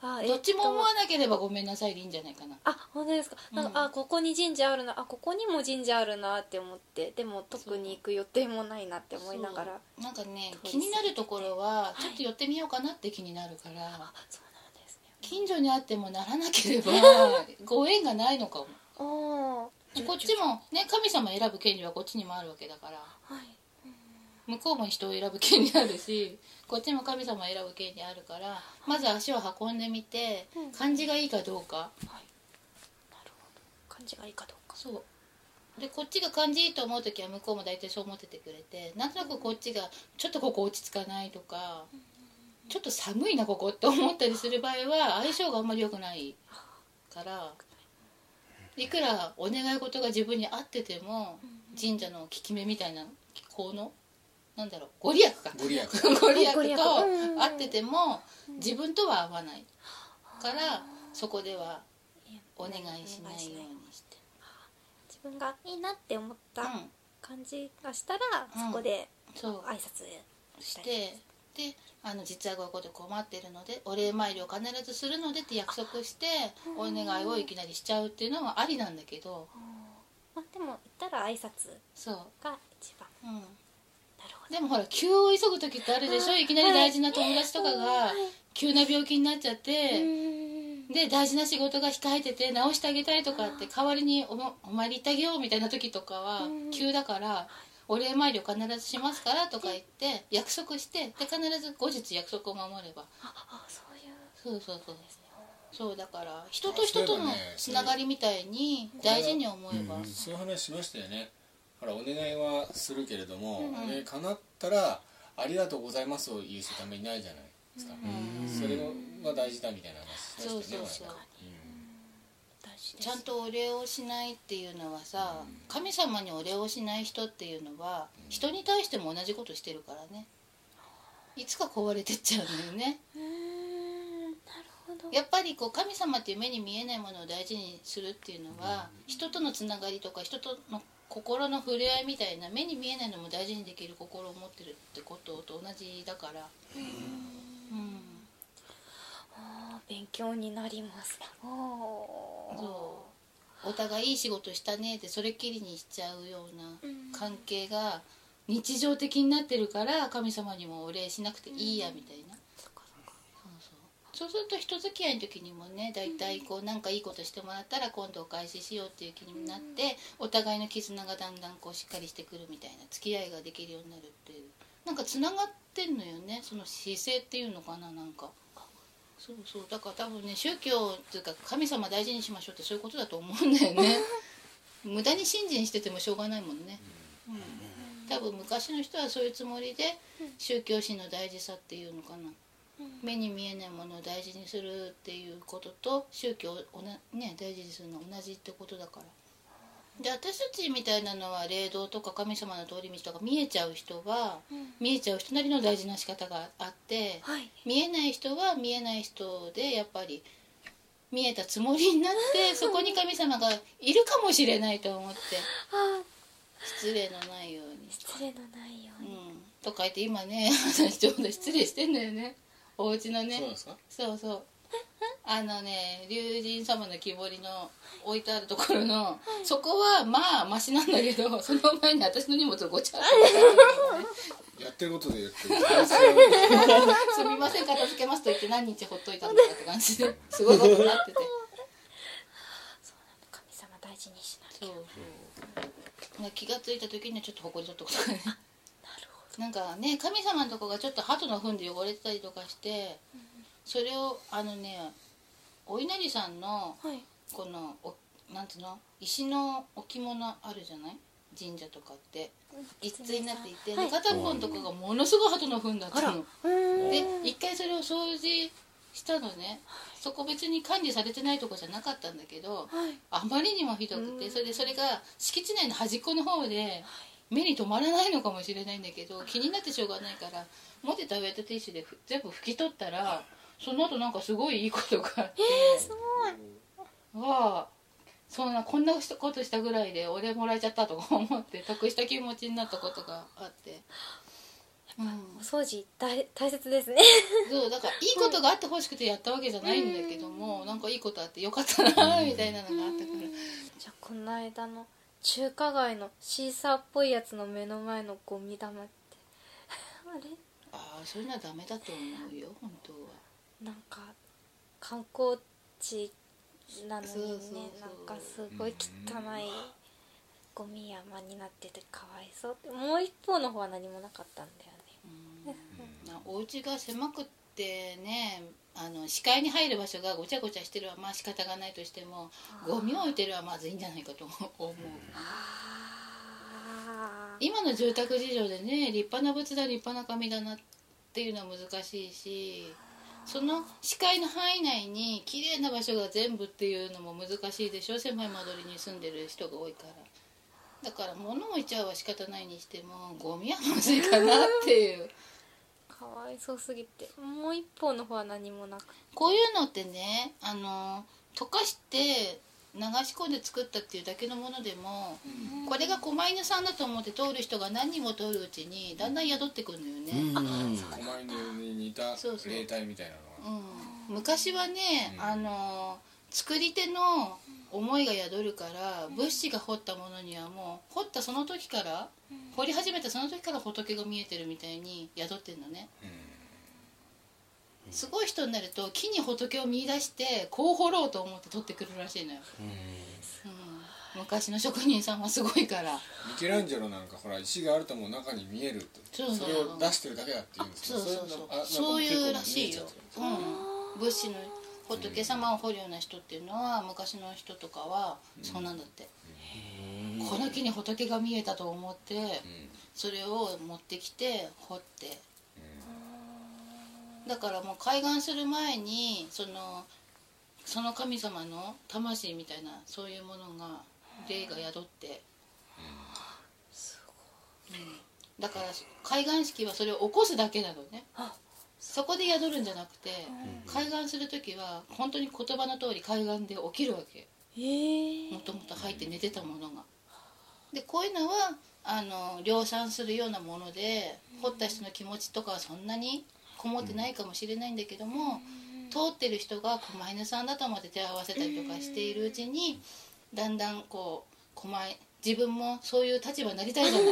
Speaker 4: あ
Speaker 1: どっちも思わ
Speaker 4: い
Speaker 1: なければごめんなさいでいいんじゃないかな
Speaker 4: あ本当ですかなんか、
Speaker 1: うん
Speaker 4: あここに神社あるなあここにも神社あるなって思ってでも特に行く予定もないなって思いながら
Speaker 1: そうなんかね
Speaker 4: 通り過ぎて
Speaker 1: 気になるところはちょっと寄ってみようかなって気になるから、
Speaker 4: あそうなんですね
Speaker 1: 近所にあってもならなけ
Speaker 4: (laughs)
Speaker 1: ればご縁がないのかも
Speaker 4: お
Speaker 1: こっちもね神様選ぶ権利はこっちにもあるわけだから
Speaker 4: ーはい
Speaker 1: 向こうも人を選ぶ権利あるしこっちも神様選ぶ権利あるからまず足を運んでみて
Speaker 4: うん
Speaker 1: 感じがいいかどうか
Speaker 4: なるほど感じがいいかどうか
Speaker 1: そうでこっちが感じいいと思う時は向こうも大体そう思っててくれてなんとなくこっちがちょっとここ落ち着かないとかちょっと寒いなここって思ったりする場合は相性があんまり良くないからいくらお願い事が自分に合ってても神社の効き目みたいな効能なんだろうご利益か
Speaker 2: ご利
Speaker 1: (laughs)
Speaker 2: 益
Speaker 1: ご利益と
Speaker 4: ご利益うん
Speaker 1: 合ってても自分とは合わないからそこではお願いしないようにして。
Speaker 4: 自分がいいなって思っ
Speaker 1: う
Speaker 4: た
Speaker 1: ん
Speaker 4: 感じがしたら、
Speaker 1: うん
Speaker 4: そこで
Speaker 1: そう
Speaker 4: 挨拶
Speaker 1: してであの実はこういうことで困ってるのでお礼参りを必ずするのでって約束してお願いをいきなりしちゃうっていうのはありなんだけど
Speaker 4: まあでも行ったら挨拶
Speaker 1: そ
Speaker 4: が一番
Speaker 1: う、うん、
Speaker 4: なるほ
Speaker 1: でもほら急を急ぐ時ってあるでしょいきなり大事な友達とかが急な病気になっちゃって。で大事な仕事が控えてて直してあげたいとかって代わりにおもお参り行ってあげようみたいな時とかは
Speaker 4: うん
Speaker 1: 急だからお礼参りを必ずしますからとか言って約束してで必ず後日約束を守れば
Speaker 4: あそういう
Speaker 1: そうそうそうそうだから人と人とのつながりみたいに
Speaker 2: そういえばね
Speaker 1: 大事に思えば、
Speaker 2: そういう話しましたよねほらお願いはするけれども、
Speaker 1: うん
Speaker 2: お願い叶ったら「ありがとうございます」を言う人ためにないじゃないですか、
Speaker 1: うん
Speaker 2: それが大事だみたいな話しましたよね
Speaker 1: そうそうそう
Speaker 2: 我々
Speaker 4: 大事です
Speaker 1: ちゃんとお礼をしないっていうのはさ神様にお礼をしない人っていうのは人に対しても同じことしてるからねいつか壊れてっちゃうんだよね
Speaker 4: うーんなるほど
Speaker 1: やっぱりこう神様っていう目に見えないものを大事にするっていうのは人とのつながりとか人との心の触れ合いみたいな目に見えないのも大事にできる心を持ってるってことと同じだからうん
Speaker 4: あー勉強になりますおー
Speaker 1: そうお互いいい仕事したねってそれっきりにしちゃうような
Speaker 4: うん
Speaker 1: 関係が日常的になってるから神様にもお礼しなくていいやみたいな、そうそうそうすると人付き合いの時にもねだいたいこうなんかいいことしてもらったら今度お返ししようっていう気になって、お互いの絆がだんだんこうしっかりしてくるみたいな付き合いができるようになるっていうなんかつながってんのよねその姿勢っていうのかななんか。そうそうだから多分ね宗教っていうか神様大事にしましょうってそういうことだと思うんだよね無駄に信心しててもしょうがないもんね、うん多分昔の人はそういうつもりで宗教心の大事さっていうのかな、目に見えないものを大事にするっていうことと宗教をおな、ね、大事にするのは同じってことだからで私たちみたいなのは霊道とか神様の通り道とか見えちゃう人は、
Speaker 4: うん
Speaker 1: 見えちゃう人なりの大事な仕方があって、
Speaker 4: はい
Speaker 1: 見えない人は見えない人でやっぱり見えたつもりになってそこに神様がいるかもしれないと思って
Speaker 4: あ
Speaker 1: 失礼のないように、
Speaker 4: 失礼のないよう
Speaker 1: う
Speaker 4: に、
Speaker 1: ん、とか言って今ね私ちょうど失礼してんだよねお家のね
Speaker 2: そうなんですか
Speaker 1: そうそうあのね龍神様の木彫りの置いてあるところの、そこはまあマシなんだけどその前に私の荷物をごちゃっと
Speaker 2: (laughs) やってることでやってる
Speaker 1: すみません片付けますと言って何日ほっといたのかって感じですごいことになってて
Speaker 4: 神様大事にしな
Speaker 1: そうそう、ね、気がついた時にはちょっと埃取っとくとかねなんかね神様のとこがちょっと鳩の糞で汚れてたりとかして、それをあのねお稲荷さんの
Speaker 4: いはい
Speaker 1: このおなんつうの石の置物あるじゃない神社とかって一対になっていて、
Speaker 4: はい
Speaker 1: 片方のとこがものすごい鳩の糞だったの。
Speaker 4: うーん
Speaker 1: で一回それを掃除したのねそこ別に管理されてないとこじゃなかったんだけど、
Speaker 4: はい
Speaker 1: あまりにもひどくてそれでそれが敷地内の端っこの方で目に留まらないのかもしれないんだけど気になってしょうがないから持ってたウェットティッシュでふ全部拭き取ったらその後なんかすごいいいことがあって
Speaker 4: えー、すごい
Speaker 1: わあそんなこんなことしたぐらいでお礼もらえちゃったとか思って得した気持ちになったことがあって。うん
Speaker 4: お掃除大大切ですね
Speaker 1: そうだからいいことがあってほしくてやったわけじゃないんだけども、なんかいいことあってよかったなみたいなのがあったから、
Speaker 4: じゃあこの間の中華街のシーサーっぽいやつの目の前のゴミ玉って (laughs) あれ
Speaker 1: ああそういうのはダメだと思うよ本当は
Speaker 4: なんか観光地なのにね
Speaker 1: そうそうそう
Speaker 4: なんかすごい汚いゴミ山になっててかわいそうってもう一方の方は何もなかったんだよね
Speaker 1: うんなお家が狭くってねあの視界に入る場所がごちゃごちゃしてるはまあ仕方がないとしてもゴミを置いてるはまずいんじゃないかと思う
Speaker 4: あー
Speaker 1: 今の住宅事情でね立派な仏壇立派な神棚っていうのは難しいしその視界の範囲内に綺麗な場所が全部っていうのも難しいでしょ狭い間取りに住んでる人が多いからだから物を置いちゃうは仕方ないにしてもゴミはまずいかなっていう
Speaker 4: かわいそうすぎてもう一方の方は何もなく
Speaker 1: こういうのってねあの溶かして流し込んで作ったっていうだけのものでも、これが狛犬さんだと思って通る人が何人も通るうちにだんだん宿ってくるのよね、
Speaker 3: うん
Speaker 2: 狛犬に似た
Speaker 1: そうそう
Speaker 2: 霊体みたいなのが
Speaker 1: うん昔はね、
Speaker 2: うん
Speaker 1: あの作り手の思いが宿るから物資が掘ったものにはもう掘ったその時から掘り始めたその時から仏が見えてるみたいに宿ってんのねすごい人になると木に仏を見出してこう掘ろうと思って取ってくるらしいのよ、うん昔の職人さんはすごいから
Speaker 2: ミケランジェロなんかほら石があるともう中に見えるって
Speaker 1: そう
Speaker 2: それを出してるだけだって言うんです
Speaker 1: そう
Speaker 2: けど
Speaker 1: そうそう
Speaker 2: れあなんか
Speaker 1: そう
Speaker 2: 結構
Speaker 1: いうらしいよ
Speaker 2: 見えちゃう、
Speaker 1: うん、物資の仏様を掘るような人っていうのは昔の人とかはそうなんだって、この木に仏が見えたと思って、
Speaker 2: うん
Speaker 1: それを持ってきて掘って、だからもう開眼する前にそのその神様の魂みたいなそういうものが霊が宿って、うんだから開眼式はそれを起こすだけなのねそこで宿るんじゃなくて、開眼する時は本当に言葉の通り開眼で起きるわけ
Speaker 4: ええ
Speaker 1: もともと入って寝てたものがでこういうのはあの量産するようなもので掘った人の気持ちとかはそんなにこもってないかもしれないんだけども、通ってる人が狛犬さんだと思って手を合わせたりとかしているうちに、だんだんこう狛犬自分もそういう立場になりたいじゃない。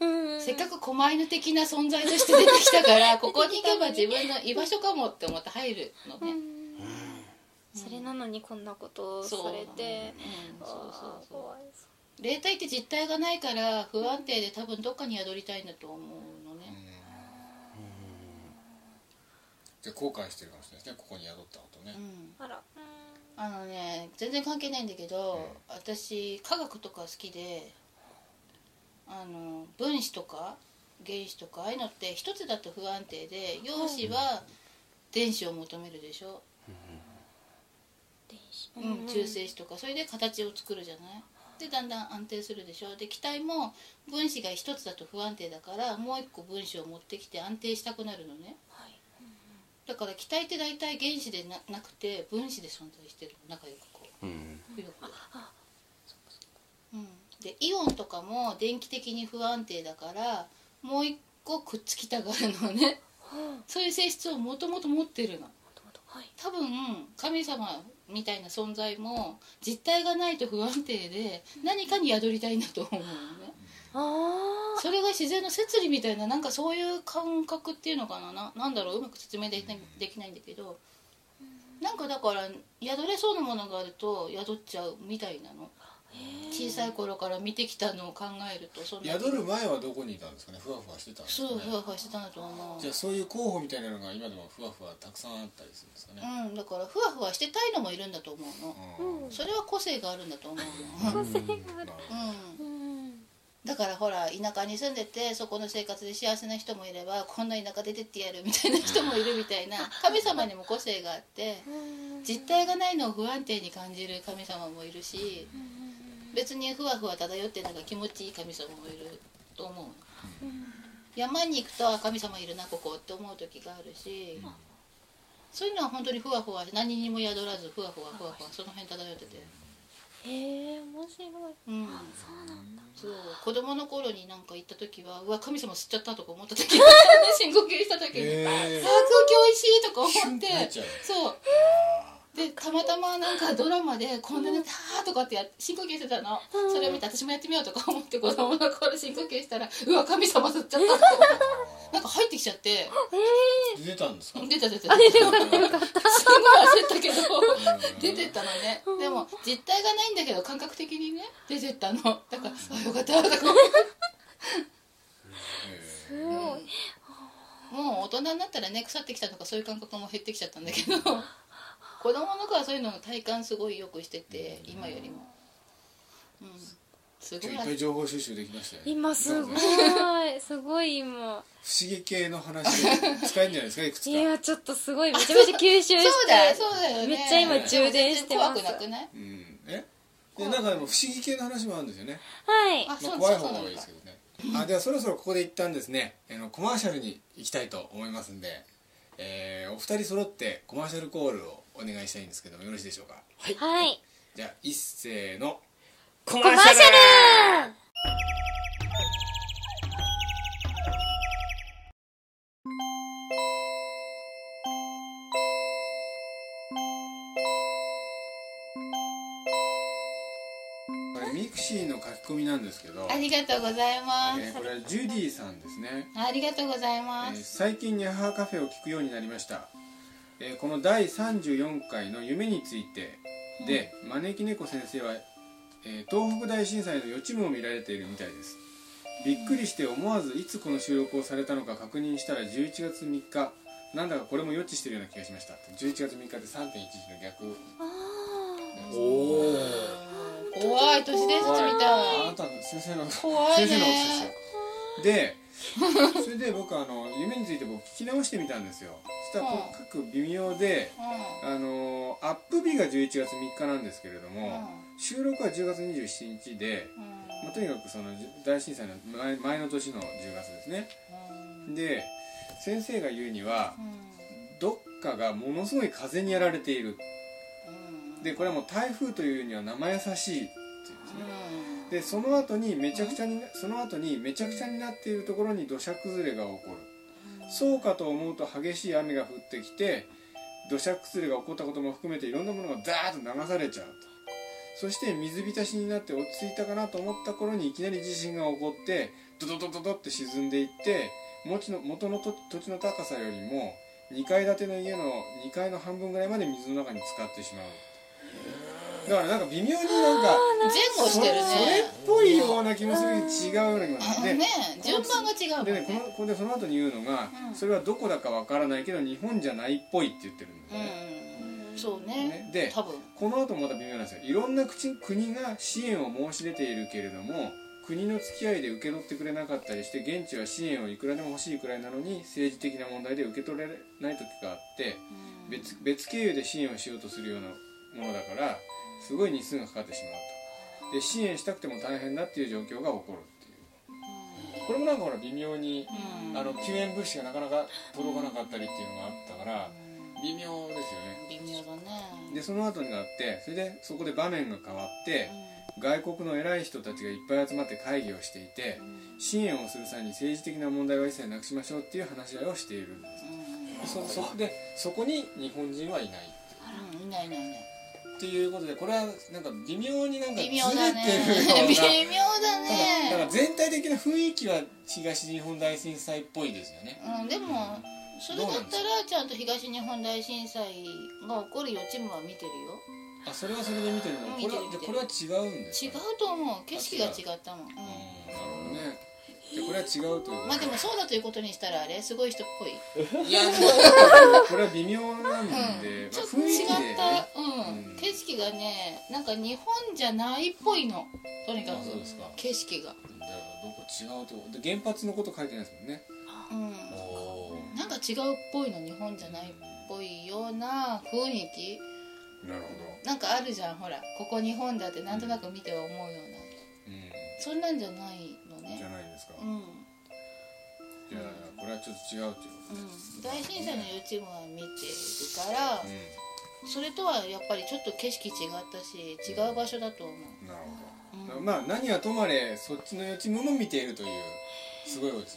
Speaker 4: うん
Speaker 1: せっかく狛犬的な存在として出てきたから (laughs) ここに行けば自分の居場所かもって思って入るのね、うん、
Speaker 4: それなのにこんなことをされて
Speaker 1: そうそう
Speaker 4: あーか
Speaker 1: そ
Speaker 4: わいそう
Speaker 1: 霊体って実体がないから不安定で多分どっかに宿りたいんだと思うのね、
Speaker 2: じゃあ後悔してるかもしれないですねここに宿ったことね
Speaker 1: うん
Speaker 4: うあらうん
Speaker 1: あのね全然関係ないんだけど、私科学とか好きであの分子とか原子とかああいうのって一つだと不安定で陽子は電子を求めるでしょ、
Speaker 4: 電子
Speaker 1: うん、中性子とかそれで形を作るじゃないでだんだん安定するでしょで気体も分子が一つだと不安定だからもう一個分子を持ってきて安定したくなるのね
Speaker 4: はい
Speaker 1: だから気体って大体原子でななくて分子で存在してる仲良くこう
Speaker 3: うん
Speaker 1: よくうんでイオンとかも電気的に不安定だからもう一個くっつきたがるのねそういう性質をもともと持ってるの
Speaker 4: もともとはい
Speaker 1: 多分神様みたいな存在も実体がないと不安定で何かに宿りたいんだと思うのね
Speaker 4: あ
Speaker 1: それが自然の摂理みたいななんかそういう感覚っていうのかなななんだろううまく説明できないできないんだけどなんかだから宿れそうなものがあると宿っちゃうみたいなの小さい頃から見てきたのを考えるとそんな
Speaker 2: 宿る前はどこにいたんですかねふわふわしてたんです
Speaker 1: そ
Speaker 2: か
Speaker 1: う
Speaker 2: ね
Speaker 1: ふわふわしてたんだと思う
Speaker 2: じゃあそういう候補みたいなのが今でもふわふわたくさんあったりするんですかね、
Speaker 1: うんだからふわふわしてたいのもいるんだと思うの
Speaker 2: うん
Speaker 1: それは個性があるんだと思うの
Speaker 4: あ個性がある
Speaker 2: (laughs)
Speaker 1: うん
Speaker 4: うん
Speaker 1: だからほら田舎に住んでてそこの生活で幸せな人もいればこんな田舎出てってやるみたいな人もいるみたいな神様にも個性があって実体がないのを不安定に感じる神様もいるし別にふわふわ漂ってなんか気持ちいい神様もいると思う山に行くとあ神様いるなここって思う時があるしそういうのは本当にふわふわ何にも宿らずふわふわふわふわその辺漂ってて。
Speaker 4: へえ面白
Speaker 1: う
Speaker 4: い
Speaker 1: ん、そうなんだそう子供の頃になんか行った時はうわ神様吸っちゃったとか思った時深呼吸した時に、
Speaker 2: へ
Speaker 1: あー
Speaker 2: え
Speaker 1: 空気おいしいとか
Speaker 2: シュ
Speaker 1: 思
Speaker 2: ン
Speaker 1: っ
Speaker 2: って
Speaker 1: て
Speaker 2: 入っちゃう
Speaker 1: そうでたまたまなんかドラマでこんなに「あー」とかってやって深呼吸してたのそれを見て私もやってみようとか思って子供の頃深呼吸したらうわ神様吸っちゃったって
Speaker 2: (laughs)
Speaker 1: なんか入ってきちゃって
Speaker 2: 出たんですか
Speaker 1: 出た出た出たすごい焦ったけど (laughs) 出てったのねでも実体がないんだけど感覚的にね出てったのだから「あよかった」とか
Speaker 2: へ
Speaker 4: すごい
Speaker 1: もう大人になったらね腐ってきたとかそういう感覚も減ってきちゃったんだけ
Speaker 4: (laughs)
Speaker 1: ど子供の頃はそういうのの体感すごいよくしてて今よりもうんす
Speaker 2: え
Speaker 1: ご
Speaker 2: い
Speaker 1: い
Speaker 2: っぱい情報収集できましたよね
Speaker 4: 今すご
Speaker 2: 不
Speaker 4: いすごい今
Speaker 2: 思議系の話で使えるんじゃないですかいくつか
Speaker 4: いやちょっとすごいめちゃめちゃ吸収して
Speaker 1: そうだよそうだよね
Speaker 4: めっちゃ今充電してま
Speaker 1: でも全然怖く
Speaker 4: す
Speaker 1: なくない
Speaker 2: うんえでなんかでも不思議系の話もあるんですよね、
Speaker 4: はい
Speaker 1: あ
Speaker 2: ま
Speaker 1: そ
Speaker 2: あ、
Speaker 1: う
Speaker 2: 怖
Speaker 1: そ
Speaker 2: いう方
Speaker 1: そう
Speaker 2: が
Speaker 1: ないの
Speaker 2: いで
Speaker 1: か
Speaker 2: すけどねあではそろそろここで一旦ですねあのコマーシャルに行きたいと思いますんで、えーお二人揃ってコマーシャルコールをお願いしたいんですけどもよろしいでしょうか
Speaker 4: はい
Speaker 2: じゃあ一せーの
Speaker 3: コマ
Speaker 4: コマーシャル
Speaker 2: これミクシーの書き込みなんですけど、
Speaker 1: ありがとうございます、
Speaker 2: えーこれはジュディさんですね
Speaker 1: ありがとうございま
Speaker 2: えー
Speaker 1: す、
Speaker 2: 最近ニャハーカフェを聞くようになりました、えーこの第34回の夢についてで、招き猫先生は、えー東北大震災の予知夢を見られているみたいですびっくりして思わずいつこの収録をされたのか確認したら11月3日なんだかこれも予知してるような気がしました11月3日で3.11の逆
Speaker 3: おお
Speaker 1: 怖い都市伝説みたい
Speaker 2: あなたの先生の
Speaker 1: 怖いね
Speaker 2: 先生の先生でそれで僕あの夢について僕聞き直してみたんですよそしたら
Speaker 1: うん
Speaker 2: とにかく微妙で、あのアップ日が11月3日なんですけれども、収録は10月27日で、
Speaker 1: うんうん
Speaker 2: まあ、とにかくそのじゅ大震災の前前の年の10月ですねで先生が言うにはどっかがものすごい風にやられている
Speaker 1: うんうん
Speaker 2: でこれはもう台風というには生優しいっていうんですね
Speaker 1: うん
Speaker 2: でその後にめちゃくちゃになその後にめちゃくちゃになっているところに土砂崩れが起こるそうかと思うと激しい雨が降ってきて土砂崩れが起こったことも含めていろんなものがザーッと流されちゃうとそして水浸しになって落ち着いたかなと思った頃にいきなり地震が起こってドドドドドって沈んでいって元の元のと土地の高さよりも2階建ての家の2階の半分ぐらいまで水の中に浸かってしまうだからなんか微妙になんか
Speaker 1: 後してるね
Speaker 2: そそれっぽいような気もするし違うような気もするで
Speaker 1: ね順番が違うもん
Speaker 2: でね
Speaker 1: ね
Speaker 2: このここでその後に言うのが、
Speaker 1: うん
Speaker 2: それはどこだかわからないけど日本じゃないっぽいって言ってるんだよね,、
Speaker 1: うんそうね
Speaker 2: ねで
Speaker 1: 多分
Speaker 2: この後もまた微妙なんですよいろんな口国が支援を申し出ているけれども国の付き合いで受け取ってくれなかったりして現地は支援をいくらでも欲しいくらいなのに政治的な問題で受け取れない時があって別別経由で支援をしようとするようなものだからすごい日数がかかってしまうとで支援したくても大変だっていう状況が起こるっていうこれもなんかほら微妙に
Speaker 1: うん
Speaker 2: あの救援物資がなかなか届かなかったりっていうのがあったから微妙ですよね
Speaker 1: 微妙だね
Speaker 2: でその後になってそれでそこで場面が変わって
Speaker 1: う
Speaker 2: 外国の偉い人たちがいっぱい集まって会議をしていて支援をする際に政治的な問題は一切なくしましょうっていう話し合いをしているんで
Speaker 1: うん
Speaker 2: すそそでそこに日本人はいない
Speaker 1: うんいないいないいない
Speaker 2: っていうことでこれはなんか微妙になんかずれ
Speaker 1: 微妙
Speaker 2: てるよ
Speaker 1: だ
Speaker 2: うな
Speaker 1: ね (laughs) 微妙だ
Speaker 2: ただだから
Speaker 1: ね
Speaker 2: 全体的な雰囲気は東日本大震災っぽいですよね
Speaker 1: うんでもそれだったらちゃんと東日本大震災が起こる予知夢は見てるよ
Speaker 2: あそれはそれで見てるの
Speaker 1: うん
Speaker 2: これは
Speaker 1: 見てる
Speaker 2: でこれは違うんです
Speaker 1: 違う
Speaker 2: かね
Speaker 1: と思う景色が違ったもん、うん
Speaker 2: うんなるほどねでこれは違うという
Speaker 1: まあでもそうだということにしたらあれすごい人っぽい、
Speaker 5: いや、もう
Speaker 2: これは微妙なんで、まあ
Speaker 1: うん、ちょっと
Speaker 2: 雰囲
Speaker 1: 違
Speaker 2: 気
Speaker 1: っ
Speaker 2: でね
Speaker 1: た、うん
Speaker 2: うん
Speaker 1: 景色がねなんか日本じゃないっぽいのとにかく
Speaker 2: あそうですか
Speaker 1: 景色が、
Speaker 2: だからどこ違うとこで原発のこと書いてないですもんね
Speaker 1: うん、
Speaker 2: お
Speaker 1: なんか違うっぽいの日本じゃないっぽいような雰囲気
Speaker 2: なるほど、
Speaker 1: なんかあるじゃんほらここ日本だってなんとなく見ては思うような
Speaker 2: うん、
Speaker 1: そんなんじゃないの
Speaker 2: じゃ
Speaker 1: ね
Speaker 2: ないですか、
Speaker 1: うん、
Speaker 2: じゃあこれはちょっと違うというこ
Speaker 1: うん、大震災の予知夢は見てるから
Speaker 2: と、で
Speaker 1: それとはやっぱりちょっと景色違ったし違う場所だと思う、
Speaker 2: うんなる
Speaker 1: うん
Speaker 2: ほど、まあ何はともあれそっちの予知夢も見ているというすごいお家で、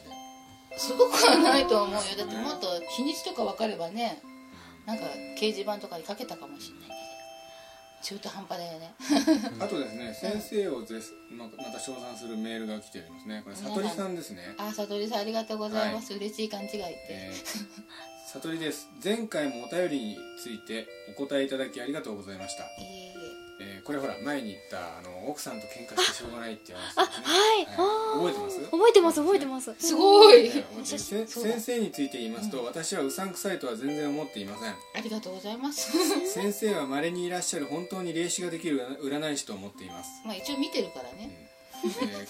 Speaker 1: すごくはないと思うよだってもっと日にちとか分かればねなんか掲示板とかにかけたかもしれないけど中途半端だよね
Speaker 2: あとですね先生をぜままた称賛するメールが来ておりますねこれ悟りさんですね、
Speaker 1: あさとりさんありがとうございます、嬉しい勘違いって、
Speaker 2: えー、悟りです前回もお便りについてお答えいただきありがとうございました、
Speaker 1: いえい
Speaker 2: えーこれほら前に言ったあの奥さんと喧嘩してしょうがないって話ですね
Speaker 4: はい
Speaker 2: はい覚えてます
Speaker 4: 覚えてます覚えてます
Speaker 1: えすごい、
Speaker 2: えー私せ先生について言いますと、私はうさんくさいとは全然思っていません
Speaker 1: ありがとうございます
Speaker 2: 先生は稀にいらっしゃる本当に霊視ができる占占い師と思っています
Speaker 1: まあ一応見てるからね
Speaker 2: えー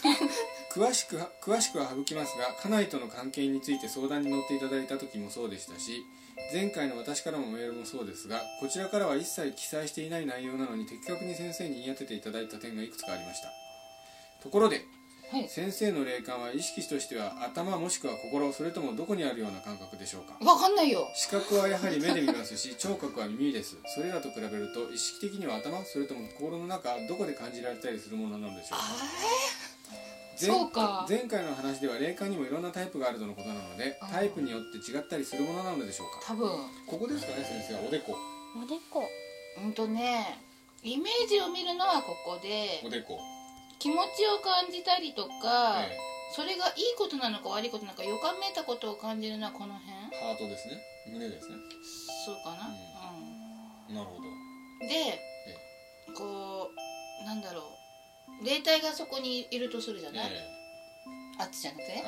Speaker 2: (laughs) 詳しくは詳しくは省きますが家内との関係について相談に乗っていただいた時もそうでしたし前回の私からもメールもそうですがこちらからは一切記載していない内容なのに的確に先生に言い当てていただいた点がいくつかありましたところで
Speaker 1: はい
Speaker 2: 先生の霊感は意識としては頭もしくは心それともどこにあるような感覚でしょうか
Speaker 1: 分かんないよ
Speaker 2: 視覚はやはり目で見ますし聴覚は耳ですそれらと比べると意識的には頭それとも心の中どこで感じられたりするものなのでしょうか前
Speaker 1: そうか
Speaker 2: 前回の話では霊感にもいろんなタイプがあるとのことなので
Speaker 1: あー
Speaker 2: タイプによって違ったりするものなのでしょうか
Speaker 1: 多分
Speaker 2: ここですかね先生はおでこ
Speaker 4: おでこ
Speaker 1: ほんとねイメージを見るのはここ
Speaker 2: お
Speaker 1: で
Speaker 2: でこ
Speaker 1: 気持ちを感じたりとか、
Speaker 2: え
Speaker 1: それがいいことなのか悪いことなのか予感めいたことを感じるのはこの辺
Speaker 2: えハートですね胸ですね
Speaker 1: そうかな、
Speaker 2: なるほど
Speaker 1: うん、でこうなんだろう霊体がそこにいるとするじゃない、あっちじゃなくて、
Speaker 2: はい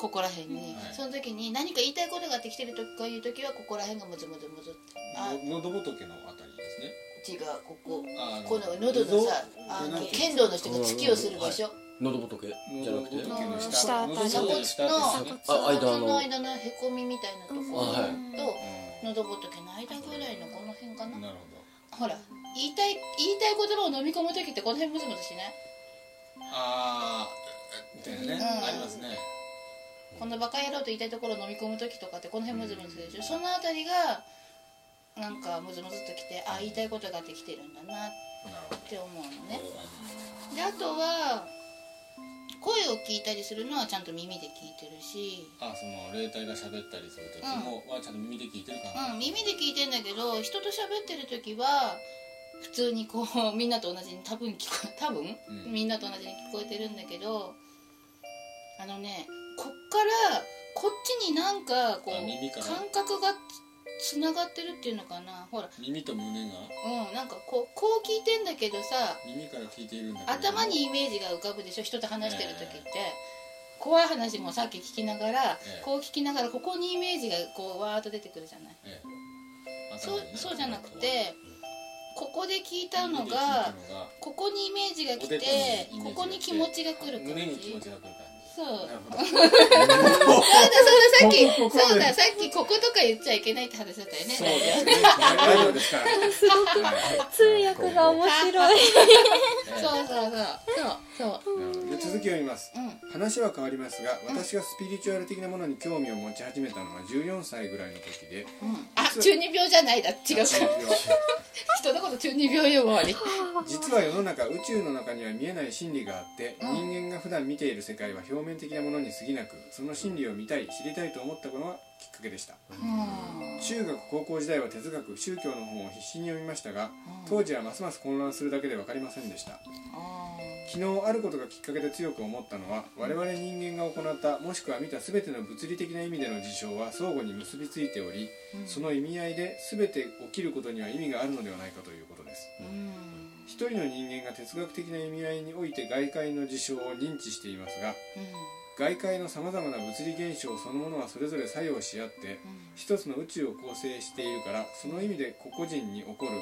Speaker 1: ここら辺に、
Speaker 2: はい
Speaker 1: その時に何か言いたいことがあってきてるとかいう時はここら辺がムズムズムズってあ
Speaker 2: の喉仏のあたりで
Speaker 1: 違
Speaker 2: すね
Speaker 1: うここ
Speaker 2: あー
Speaker 1: この喉のさあの
Speaker 2: なんていう
Speaker 1: 剣道の人が突きをする場所、
Speaker 3: 喉仏じゃなくて
Speaker 2: 喉仏の下
Speaker 4: 下の
Speaker 2: 喉仏の
Speaker 1: 下
Speaker 2: 下ですね
Speaker 3: あ間
Speaker 1: その
Speaker 3: の
Speaker 1: 間のへこみみたいなところ
Speaker 3: あ
Speaker 1: と
Speaker 3: はい
Speaker 2: うん
Speaker 1: 喉仏の間ぐらいのこの辺かな、
Speaker 2: なる
Speaker 1: ほら言いたい言いたい言葉を飲み込む時ってこの辺ムズムズしない
Speaker 2: ほどああみたいなね、
Speaker 1: うん
Speaker 2: ありますね
Speaker 1: このバカ野郎と言いたいところを飲み込む時とかってこの辺ムズムズするでしょ、そのあたりがなんかムズムズっときてあ言いたいことができてるんだなっ
Speaker 2: なるほど
Speaker 1: て思うのねであとは声を聞いたりするのはちゃんと耳で聞いてるし
Speaker 2: あその霊体が喋ったりする時も、はちゃんと耳で聞いてる感
Speaker 1: うん耳で聞いてんだけど人と喋ってる時は普通にこう (laughs) みんなと同じに多分聞こえ多分、
Speaker 2: うん
Speaker 1: みんなと同じに聞こえてるんだけどあのねこっからこっちになんかこ
Speaker 2: あ耳か
Speaker 1: う
Speaker 2: ら
Speaker 1: 感覚がつながってるっていうのかなほら
Speaker 2: 耳と胸が
Speaker 1: うんなんかこうこう聞いてんだけどさ
Speaker 2: 耳から聞いているんだけど
Speaker 1: 頭にイメージが浮かぶでしょ人と話してる時って、怖い話もさっき聞きながら、
Speaker 2: え
Speaker 1: こう聞きながらここにイメージがこうわーっと出てくるじゃない
Speaker 2: ええ
Speaker 1: そ
Speaker 2: 頭
Speaker 1: う
Speaker 2: にね
Speaker 1: そうじゃなくてここで聞いた
Speaker 2: 耳
Speaker 1: の
Speaker 2: で聞
Speaker 1: が
Speaker 2: いたのが
Speaker 1: ここにイメージが来
Speaker 2: おで
Speaker 1: て
Speaker 2: こにイメージが来て
Speaker 1: ここに気持ちが来る感
Speaker 2: 胸に気
Speaker 1: じ
Speaker 2: 持ちがくる感じ
Speaker 1: そうそう
Speaker 2: な
Speaker 1: だ
Speaker 2: るほど
Speaker 1: そうださっき
Speaker 2: ここここ
Speaker 1: そうださっきこことか言っちゃいけないって話だったよね
Speaker 2: そうですね大丈夫ですからすごく
Speaker 4: 通訳が面白い
Speaker 1: そうそう
Speaker 2: (laughs)
Speaker 1: そうそうそう
Speaker 2: で続きを読みます
Speaker 1: うん
Speaker 2: 話は変わりますが私がスピリチュアル的なものに興味を持ち始めたのは14歳ぐらいの時で
Speaker 1: うんあ中二病じゃないだ違う
Speaker 2: (laughs)
Speaker 1: から人のこと中二病よ終わり
Speaker 2: 実は世の中宇宙の中には見えない真理があって、
Speaker 1: うん
Speaker 2: 人間が普段見ている世界は表面的なものに過ぎなくその真理を見たい知りたいと思ったことがきっかけでした
Speaker 1: うん
Speaker 2: 中学高校時代は哲学宗教の本を必死に読みましたが当時はますます混乱するだけで分かりませんでした昨日あることがきっかけで強く思ったのは我々人間が行ったもしくは見た全ての物理的な意味での事象は相互に結びついており
Speaker 1: うん
Speaker 2: その意味合いで全て起きることには意味があるのではないかということです
Speaker 1: うん
Speaker 2: 一人の人間が哲学的な意味合いにおいて外界の事象を認知していますが外界のさまざまな物理現象そのものはそれぞれ作用し合って一つの宇宙を構成しているからその意味で個々人に起こる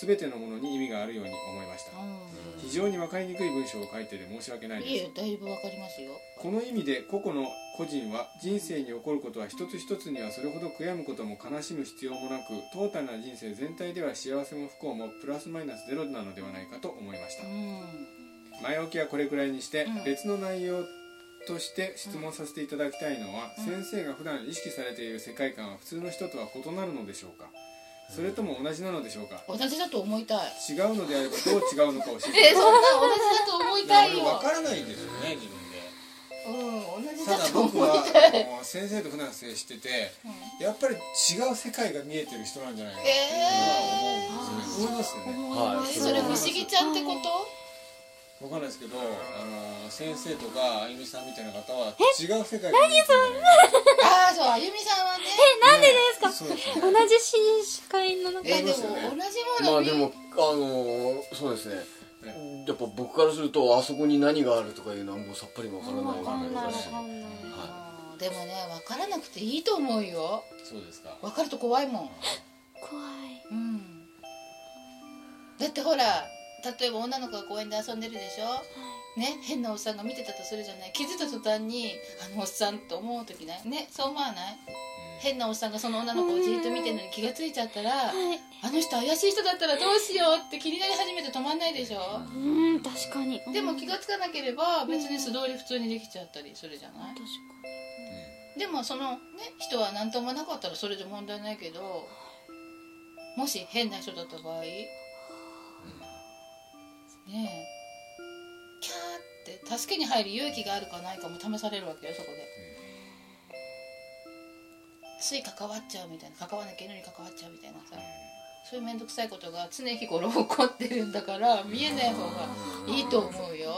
Speaker 2: 全てのものに意味があるように思いました
Speaker 1: うん
Speaker 2: 非常に分かりにくい文章を書いていて申し訳な
Speaker 1: い
Speaker 2: い
Speaker 1: い
Speaker 2: です
Speaker 1: よだいぶわかりますよ
Speaker 2: この意味で個々の個人は人生に起こることは一つ一つにはそれほど悔やむことも悲しむ必要もなくトータルな人生全体では幸せも不幸もプラスマイナスゼロなのではないかと思いました
Speaker 1: うん
Speaker 2: 前置きはこれくらいにして、
Speaker 1: うん
Speaker 2: 別の内容として質問させていただきたいのは、先生が普段意識されている世界観は普通の人とは異なるのでしょうかそれとも同じなのでしょうか
Speaker 1: 同じだと思いたい
Speaker 2: 違うのであればどう違うのか教 (laughs) え
Speaker 1: え
Speaker 2: て
Speaker 1: そんな同じだと思いたいよ
Speaker 2: 分からないですよね自分で。
Speaker 1: うん同じ
Speaker 2: た
Speaker 1: だ
Speaker 2: だ
Speaker 1: と
Speaker 2: 僕
Speaker 1: 思い
Speaker 2: は
Speaker 1: たい
Speaker 2: あの先生と普段接してて
Speaker 1: うん
Speaker 2: やっぱり違う世界が見えてる人なんじゃないかっていうのは思うんですよね思いま
Speaker 3: は
Speaker 1: え
Speaker 3: い
Speaker 1: それ不思議ちゃんってこと
Speaker 2: すよね分かんないですけどあの先生とかあゆみさんみたいな方は違う世界が見えてるんじゃないか
Speaker 1: ああそうあゆみさんはね
Speaker 2: なんでですかそうですよね
Speaker 4: 同じ新会の中
Speaker 2: え
Speaker 1: えでも
Speaker 2: そうですよね
Speaker 1: 同じも
Speaker 3: ま
Speaker 1: の
Speaker 3: あ
Speaker 1: を見
Speaker 3: で
Speaker 1: る
Speaker 3: もあのーそうですねやっぱ僕からするとあそこに何があるとかいうのはもうさっぱりわからない
Speaker 4: わかんないわ
Speaker 3: し
Speaker 4: かんない
Speaker 3: は
Speaker 1: うんでもね分からなくていいと思うよ
Speaker 2: そうですか
Speaker 1: 分かると怖いもん
Speaker 4: 怖い
Speaker 1: うんだってほら例えば女の子が公園で遊んでるでしょ、ね、変なおっさんが見てたとするじゃない気づいた途端にあのおっさんと思う時ないねそう思わない変なおっさんがその女の子をじーっと見てるのに気がついちゃったら、
Speaker 4: はい
Speaker 1: あの人怪しい人だったらどうしようって気になり始めて止まんないでしょ
Speaker 4: うん確かに
Speaker 1: でも
Speaker 4: うん
Speaker 1: 気がつかなければ別に素通り普通にできちゃったりするじゃない
Speaker 4: 確かに
Speaker 1: でもそのね人は何ともなかったらそれで問題ないけどもし変な人だった場合ねえキャーって助けに入る勇気があるかないかも試されるわけよそこで、つい関わっちゃうみたいな関わらなきゃいいのに関わっちゃうみたいなさそういう面倒くさいことが常日頃起こってるんだから見えない方がいいと思うよ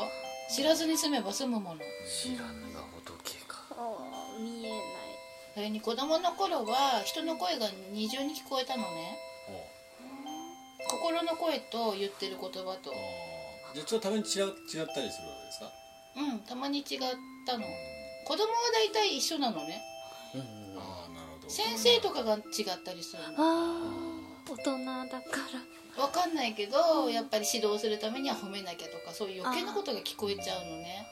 Speaker 1: 知らずに済めば済むもの
Speaker 3: 知らぬが仏か
Speaker 4: あー見えない
Speaker 1: それに子供の頃は人の声が二重に聞こえたのね
Speaker 2: ほ
Speaker 1: 心の声と言ってる言葉と
Speaker 2: うあーじゃあちょっとたまに違う違ったりするわけですか
Speaker 1: うんたまに違ったの子供は大体一緒なのね
Speaker 2: ああなるほど
Speaker 1: 先生とかが違ったりするの
Speaker 4: あー大人だから
Speaker 1: わかんないけどやっぱり指導するためには褒めなきゃとかそういう余計なことが聞こえちゃうのね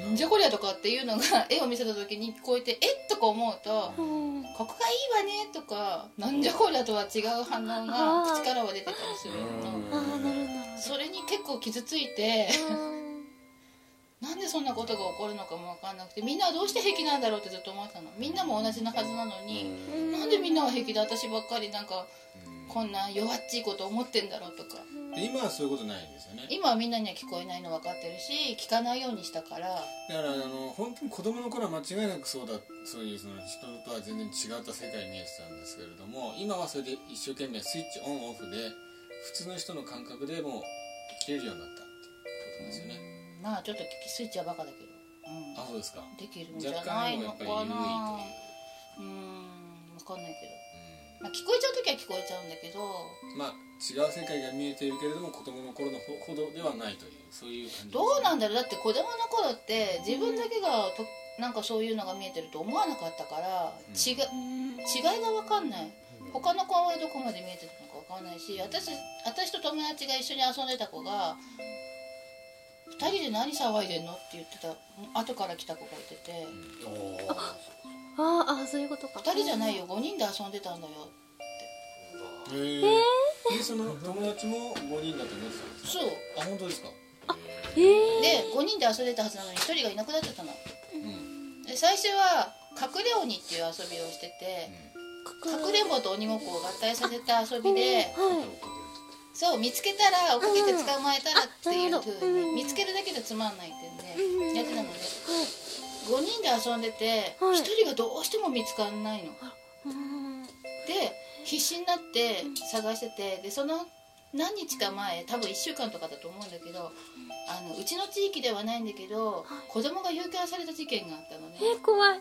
Speaker 1: なんじゃこりゃとかっていうのが (laughs) 絵を見せた時に聞こえてえっとか思うと
Speaker 4: うん
Speaker 1: ここがいいわねとかなんじゃこりゃとは違う反応
Speaker 4: あー
Speaker 1: が口からは出てたりするの
Speaker 4: ああなるほどなる
Speaker 1: それに結構傷ついて
Speaker 4: ほど
Speaker 1: なんでそんなことが起こるのかも分かんなくてみんなはどうして平気なんだろうってずっと思ってたのみんなも同じなはずなのに、なんでみんなは平気で私ばっかりなんかこんな弱っちいこと思ってんだろうとか
Speaker 2: で今はそういうことないんですよね
Speaker 1: 今はみんなには聞こえないの分かってるし聞かないようにしたから
Speaker 2: だからあの本当に子供の頃は間違いなくそうだそういうその人とは全然違った世界に見えてたんですけれども今はそれで一生懸命スイッチオンオフで普通の人の感覚でもう生きれるようになったってことですよね、
Speaker 1: うんまあちょっとスイッチはバカだけど、うん
Speaker 2: あそうですか
Speaker 1: できるんじゃ
Speaker 2: 若
Speaker 1: な
Speaker 2: 干
Speaker 1: い
Speaker 2: もう
Speaker 1: の
Speaker 2: やっ
Speaker 1: か
Speaker 2: ぱ
Speaker 1: な
Speaker 2: り緩いという
Speaker 1: うん分かんないけど、まあ、聞こえちゃう時は聞こえちゃうんだけど
Speaker 2: うんまあ違う世界が見えているけれども子供の頃のほほどではないというそういう感じですね
Speaker 1: どうなんだろうだって子供の頃って自分だけがとなんかそういうのが見えてると思わなかったから、
Speaker 2: うん
Speaker 1: 違違いが分かんない他の子はどこまで見えてるのか分かんないし私私と友達が一緒に遊んでた子が「2人で何騒いでんの?」って言ってた後から来た子がいてて
Speaker 4: あーあーそういうこ
Speaker 1: 「
Speaker 4: とか
Speaker 1: 2人じゃない
Speaker 4: よ
Speaker 1: よ5人で遊んでたんだよ
Speaker 2: へえでその友達も5人だと思ってたん」ですか
Speaker 1: そう
Speaker 2: あ本当ですか
Speaker 4: えー、
Speaker 1: で5人で遊んでたはずなのに1人がいなくなっちゃったの
Speaker 2: うん
Speaker 1: で最初は「隠れ鬼」っていう遊びをしてて、かくれんぼと鬼ごっこを合体させた遊びで
Speaker 4: はい
Speaker 1: そう見つけたら追っかけて捕まえたらってい
Speaker 4: うんあ
Speaker 1: う
Speaker 4: なるほど
Speaker 1: ふうに
Speaker 4: うん
Speaker 1: 見つけるだけでつまんないって
Speaker 4: うんうんん
Speaker 1: でやってたので5人で遊んでて
Speaker 4: はい
Speaker 1: 1人がどうしても見つかんないの
Speaker 4: うん
Speaker 1: で必死になって探しててでその何日か前多分1週間とかだと思うんだけどあのうちの地域ではないんだけど子供が誘拐された事件があったのね
Speaker 4: えー、怖いは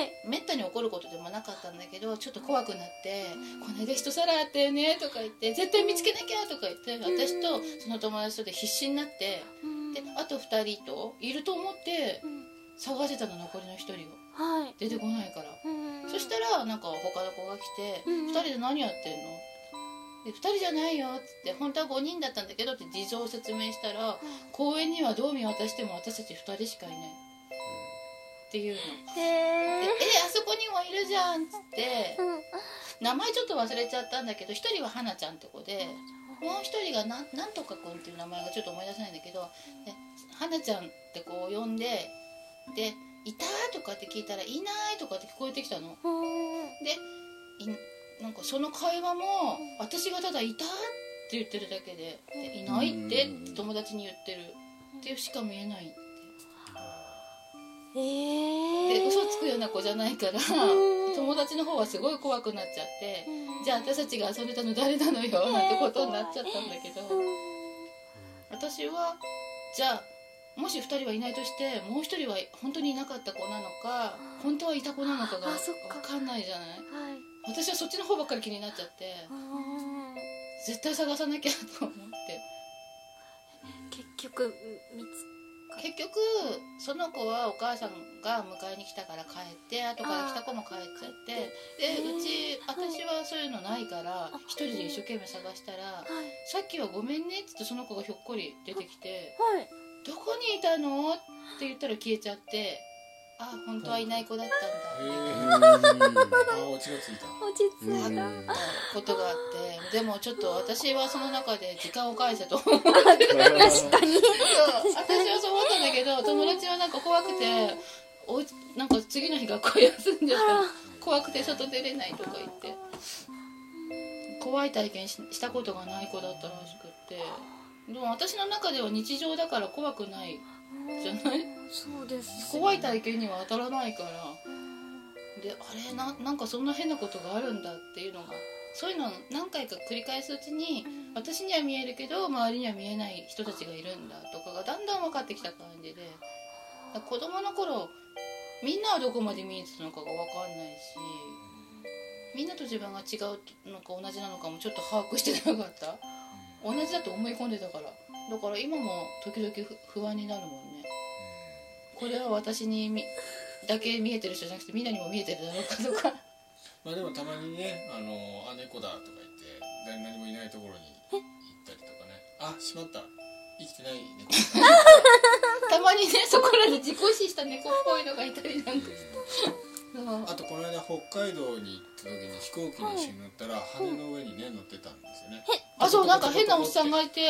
Speaker 4: い
Speaker 1: めったに怒ることでもなかったんだけどちょっと怖くなって「この間人さらあったよね」とか言って「絶対見つけなきゃ」とか言って私とその友達とで必死になって
Speaker 4: うん
Speaker 1: であと2人といると思って
Speaker 4: うん
Speaker 1: 探してたの残りの1人を
Speaker 4: はい
Speaker 1: 出てこないから
Speaker 4: うん
Speaker 1: そしたらなんか他の子が来て「
Speaker 4: うん
Speaker 1: 2人で何やってんの?」で「2人じゃないよ」っつって「本当は5人だったんだけど」って事情を説明したら公園にはどう見渡しても私たち2人しかいないっていうの。
Speaker 4: へ
Speaker 1: で
Speaker 4: え
Speaker 1: えあそこにもいるじゃんっつって
Speaker 4: うん
Speaker 1: 名前ちょっと忘れちゃったんだけど一人は花ちゃんって子でもう一人がなんなんとかくんっていう名前がちょっと思い出せないんだけどで花ちゃんって子を呼んでで「いた?」とかって聞いたら「いない?」とかって聞こえてきたの。
Speaker 4: うん
Speaker 1: でいなんかその会話も私がただ「いた?」って言ってるだけで「でいないって」って友達に言ってるっていうしか見えないって
Speaker 4: えー、
Speaker 1: で嘘つくような子じゃないから
Speaker 4: うん
Speaker 1: 友達の方はすごい怖くなっちゃって。
Speaker 4: うん
Speaker 1: じゃあ私たちが遊んでたの誰なのよなんてことになっちゃったんだけど私はじゃあもし2人はいないとしてもう1人は本当にいなかった子なのか本当はいた子なのかが
Speaker 4: あそっか
Speaker 1: 分かんないじゃない
Speaker 4: はい
Speaker 1: 私はそっちの方ばっかり気になっちゃって
Speaker 4: うん
Speaker 1: 絶対探さなきゃと思って
Speaker 4: 結局見つ
Speaker 1: 結局その子はお母さんが迎えに来たから帰って後から来た子も帰っちゃってで
Speaker 4: へー
Speaker 1: うち私はそういうのないから1人で一生懸命探したら
Speaker 4: はい
Speaker 1: さっきはごめんねっつってその子がひょっこり出てきて
Speaker 4: はい
Speaker 1: 「どこにいたの?」って言ったら消えちゃって「あ本当はいない子だった
Speaker 2: へ
Speaker 1: んだ」
Speaker 2: え
Speaker 1: (laughs)
Speaker 2: あ落ちがついた
Speaker 4: 落ち着いた
Speaker 3: うん
Speaker 1: ことがあってでもちょっと私はその中で時間を返せと私
Speaker 4: 確かに
Speaker 1: はそう思ったんだけど友達はなんか怖くておうちなんか次の日学校休んじゃった怖くて外出れないとか言って怖い体験ししたことがない子だったらしくってでも私の中では日常だから怖くないじゃない
Speaker 4: そうです
Speaker 1: 怖い体験には当たらないからであれななんかそんな変なことがあるんだっていうのがそういうのを何回か繰り返すうちに私には見えるけど周りには見えない人たちがいるんだとかがだんだん分かってきた感じでだから子供の頃みんなはどこまで見えてたのかが分かんないしみんなと自分が違うのか同じなのかもちょっと把握してなかった同じだと思い込んでたからだから今も時々ふ不安になるもんねこれは私にみだけ見えてる人じゃなくてみんなにも見えてるだろうかと (laughs) か
Speaker 2: まあでもたまにね「あのあ猫だ」とか言って誰何もいないところに行ったりとかね「あしまった生きてない猫だった」 (laughs)
Speaker 1: たまにねそこらで自己死した猫っぽいのがいたりなんか
Speaker 2: うん
Speaker 4: うん
Speaker 2: あとこの間北海道に行った時に飛行機に一緒に乗ったら羽の上にね乗ってたんですよね
Speaker 1: あそうなんか変なおっさんがいて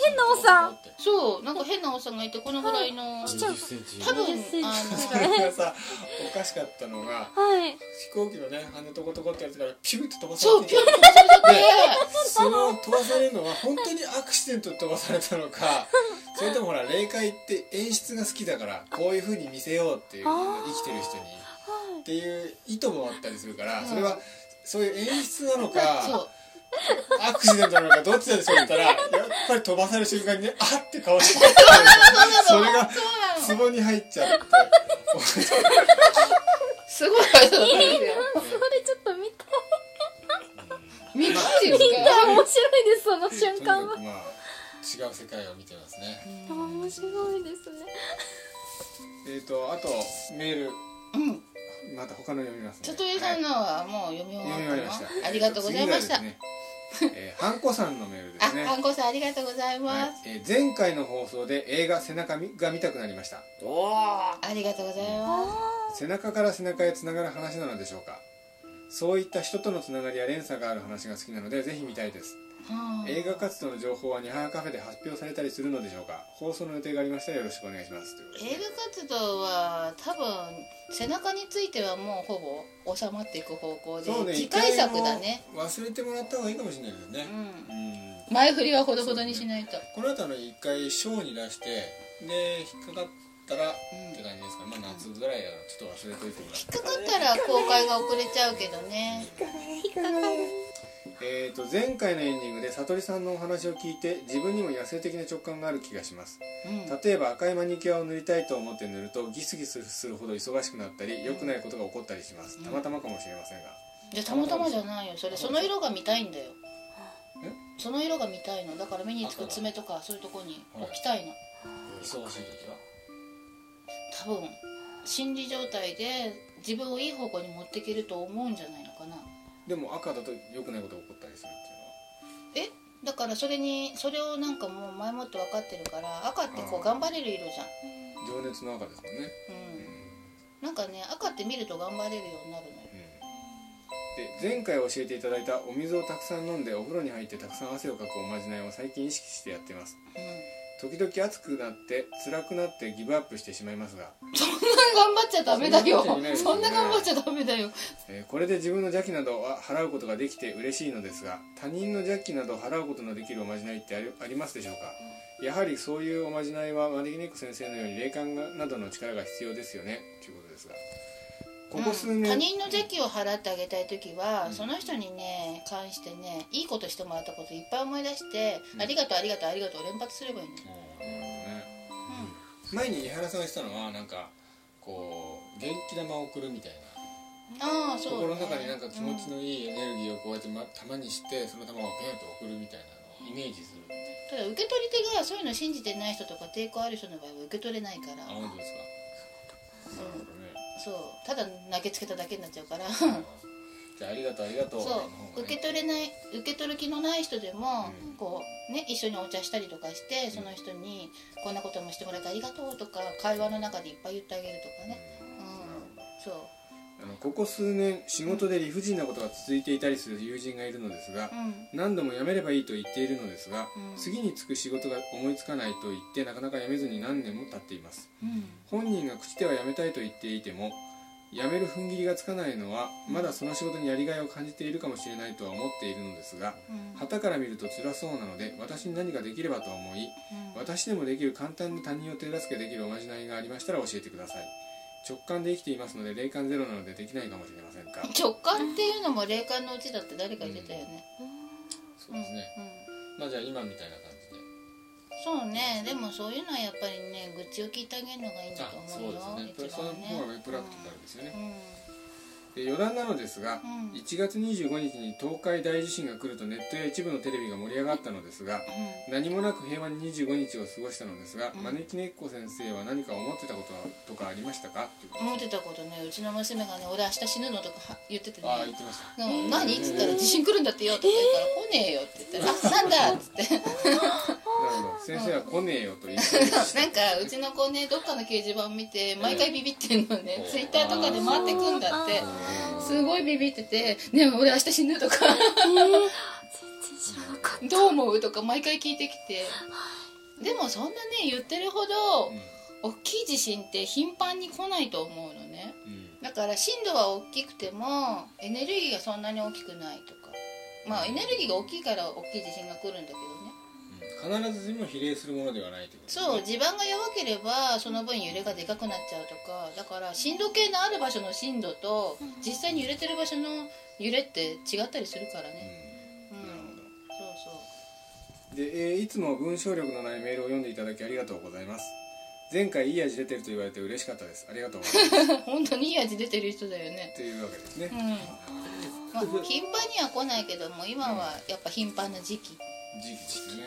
Speaker 4: 変なおっさん
Speaker 1: そうなんか変なおっさんがいてこのぐらいの
Speaker 4: ちっ
Speaker 1: 多
Speaker 4: ちゃい
Speaker 3: センチ
Speaker 1: 分
Speaker 4: 20
Speaker 1: あの
Speaker 2: それがさ (laughs) おかしかったのが
Speaker 4: はい
Speaker 2: 飛行機のね羽のとことこってやつからピューって飛ばさ
Speaker 1: そう
Speaker 2: れ
Speaker 1: ピ
Speaker 2: て
Speaker 1: ュンと飛ばされちゃって
Speaker 2: その飛ばされるのは本当にアクシデントで飛ばされたのかそれともほら霊界って演出が好きだからこういうふうに見せようっていう
Speaker 4: あー
Speaker 2: 生きてる人にっていう意図もあったりするからそれはそういう演出なのか
Speaker 1: そう
Speaker 2: アクシデントなのかどっちだでしょうって言ったらやっぱり飛ばされる瞬間にねあっって顔してそれが
Speaker 1: そうなの
Speaker 2: 壺に入っちゃって
Speaker 1: すごいそうなんですよ
Speaker 4: それちょっと見た
Speaker 1: 見たいです
Speaker 4: いや
Speaker 1: か
Speaker 2: (laughs)
Speaker 4: (laughs) 面白いですその
Speaker 2: と
Speaker 4: 瞬
Speaker 2: にか
Speaker 4: 間
Speaker 2: く
Speaker 4: は
Speaker 2: まあ違う世界を見てますね
Speaker 4: 面白いですね
Speaker 2: えっとあとメール
Speaker 1: うん
Speaker 2: また他の読みますね
Speaker 1: 里江さんのはもう読み終
Speaker 2: 読み終
Speaker 1: わっ
Speaker 2: わり
Speaker 1: た
Speaker 2: ま
Speaker 1: の
Speaker 2: した。
Speaker 1: ありがとうございました
Speaker 2: 次がですねえー、ハンコさんのメールで
Speaker 1: あ
Speaker 2: すね。
Speaker 1: ハンコさんありがとうござい
Speaker 2: はい
Speaker 1: ます
Speaker 2: えー前回の放送で映画背中みが見たくなりました。
Speaker 1: ありがとうございます
Speaker 2: 背中から背中へつながる話なのでしょうか。そういった人とのつながりや連鎖がある話が好きなのでぜひ見たいです。
Speaker 1: うん
Speaker 2: 映画活動の情報はニハハカフェで発表されたりするのでしょうか。放送の予定がありましたらよろしくお願いします。ということで
Speaker 1: 映画活動は多分背中についてはもうほぼ収まっていく方向で、
Speaker 2: そうね。
Speaker 1: 次回作だね。
Speaker 2: 忘れてもらった方がいいかもしれないですね。
Speaker 1: うん
Speaker 2: うん
Speaker 1: 前振りはほどほどにしないと
Speaker 2: この後の一回ショーに出してで引っかかったら、
Speaker 1: ん
Speaker 2: って感じですかね、まあ、夏ぐらいやからちょっと忘れといてもらって
Speaker 1: 引っかかったら公開が遅れちゃうけどね
Speaker 2: えー、と前回のエンディングで悟りさんのお話を聞いて自分にも野生的な直感がある気がします
Speaker 1: うん
Speaker 2: 例えば赤いマニキュアを塗りたいと思って塗るとギスギスするほど忙しくなったり良くないことが起こったりしますたまたまかもしれませんが
Speaker 1: じゃあたまたまじゃないよそれその色が見たいんだよ
Speaker 2: え
Speaker 1: その色が見たいのだから目につく爪とかそういうとこに置きたいの
Speaker 5: 忙しい時は
Speaker 1: 多分心理状態で自分をいい方向に持っていけると思うんじゃないのかな
Speaker 2: でも赤だと良くないことが起こったりする
Speaker 1: えだからそれにそれをなんかもう前もって分かってるから赤ってこ
Speaker 2: あー
Speaker 1: う頑張れる色じ
Speaker 2: っていうのは情熱の赤ですもんね、
Speaker 1: ゃん
Speaker 2: う
Speaker 1: うん
Speaker 2: ん
Speaker 1: なんかね赤って見ると頑張れるようになるのよ
Speaker 2: で前回教えていただいたお水をたくさん飲んでお風呂に入ってたくさん汗をかくおまじないを最近意識してやってます
Speaker 1: うん
Speaker 2: 時々暑くなって辛くなってギブアップしてしまいますが、
Speaker 1: (laughs) 頑張っちゃダメだよ
Speaker 2: そんなことじゃないですね
Speaker 1: そんな頑張っちゃダメだよ
Speaker 2: えーこれで自分の邪気などは払うことができて嬉しいのですが他人の邪気などを払うことのできるおまじないってありありますでしょうかやはりそういうおまじないは招き猫先生のように霊感がなどの力が必要ですよねということですがここ数年、
Speaker 1: うん他人の邪気を払ってあげたい時は、
Speaker 2: うん
Speaker 1: その人にね関してねいいことしてもらったこといっぱい思い出して、ありがとうありがとうありがとう連発すればいいのよ、
Speaker 2: ね前に井原さんがしたのはなんかこう元気玉を送るみたいな、
Speaker 1: ああそう、
Speaker 2: 心の中になんか気持ち
Speaker 1: うん
Speaker 2: のいいエネルギーをこうやって、ま、玉にしてその玉をペンと送るみたいなのをイメージするみたい
Speaker 1: ただ受け取り手がそういうの信じてない人とか抵抗ある人の場合は受け取れないから
Speaker 2: なあ本当ですかなるほどね
Speaker 1: そうただ投げつけただけになっちゃうから
Speaker 2: じゃあありがとうありがとうの
Speaker 1: そ
Speaker 2: 方
Speaker 1: う受
Speaker 2: が
Speaker 1: け
Speaker 2: ね
Speaker 1: 取れない受け取る気のない人でも、
Speaker 2: うん
Speaker 1: こうね一緒にお茶したりとかしてその人に「こんなこともしてもらってありがとう」とか会話の中でいっぱい言ってあげるとかね、うんそう、
Speaker 2: あのここ数年仕事で理不尽なことが続いていたりする友人がいるのですが
Speaker 1: うん、
Speaker 2: 何度も辞めればいいと言っているのですが、
Speaker 1: うん
Speaker 2: 次に就く仕事が思いつかないと言ってなかなか辞めずに何年も経っています
Speaker 1: うん、
Speaker 2: 本人が口では辞めたいと言っていても辞める踏ん切りがつかないのはまだその仕事にやりがいを感じているかもしれないとは思っているのですが
Speaker 1: うん
Speaker 2: 旗から見ると辛そうなので私に何かできればと思い私でもできる簡単な他人を手助けできるおまじないがありましたら教えてください直感で生きていますので霊感ゼロなのでできないかもしれませんか
Speaker 1: 直感っていうのも霊感のうちだって誰か言ってたよね、
Speaker 2: そうですね
Speaker 1: うん
Speaker 2: まあじゃあ今みたいな感じで
Speaker 1: そうねでもそういうのはやっぱりね愚痴を聞いてあげるのがいいんだと
Speaker 2: あ
Speaker 1: 思うよ
Speaker 2: そうですね
Speaker 1: 一
Speaker 2: その
Speaker 1: 番
Speaker 2: 方が
Speaker 1: ね
Speaker 2: ねプラクティカルですよね
Speaker 1: うんうん
Speaker 2: で余談なのですが、
Speaker 1: うん
Speaker 2: 1月25日に東海大地震が来るとネットや一部のテレビが盛り上がったのですが何もなく平和に25日を過ごしたのですが、
Speaker 1: うん
Speaker 2: 招き猫先生は何か思ってたことはとかありましたかっていうこと
Speaker 1: 思ってたことねうちの娘がね「俺明日死ぬの?」とか言っててね
Speaker 2: ああ言ってました
Speaker 1: うん何?」っつったら「地震来るんだってよ」とか言ったら「来ねえよ」って言ったら「あなんだ」っつって (laughs)
Speaker 2: なるど先生は来ねえよと言って
Speaker 1: なんかうちの子ねどっかの掲示板見て毎回ビビってんのねツイッターとかで回ってくんだってすごいビビってて「ねえ俺明日死 (laughs) ぬ」とか
Speaker 4: 全然知らなか
Speaker 1: 「
Speaker 4: っ
Speaker 1: どう思う?」とか毎回聞いてきてでもそんなね言ってるほど大きい地震って頻繁に来ないと思うのねだから震度は大きくてもエネルギーがそんなに大きくないとかまあエネルギーが大きいから大きい地震が来るんだけどね
Speaker 2: うん必ずしも比例するものではないってこと
Speaker 1: そう地盤が弱ければその分揺れがでかくなっちゃうとかだから震度計のある場所の震度と実際に揺れてる場所の揺れって違ったりするからねうん
Speaker 2: なるほど
Speaker 1: そうそう
Speaker 2: で、えーいつも文章力のないメールを読んでいただきありがとうございます前回いい味出てると言われて嬉しかったですありがとうございます
Speaker 1: (laughs) 本当にいい味出てる人だよね
Speaker 2: というわけですね
Speaker 1: うん、まあ、頻繁には来ないけども今はやっぱ頻繁な時期
Speaker 2: 時期ですね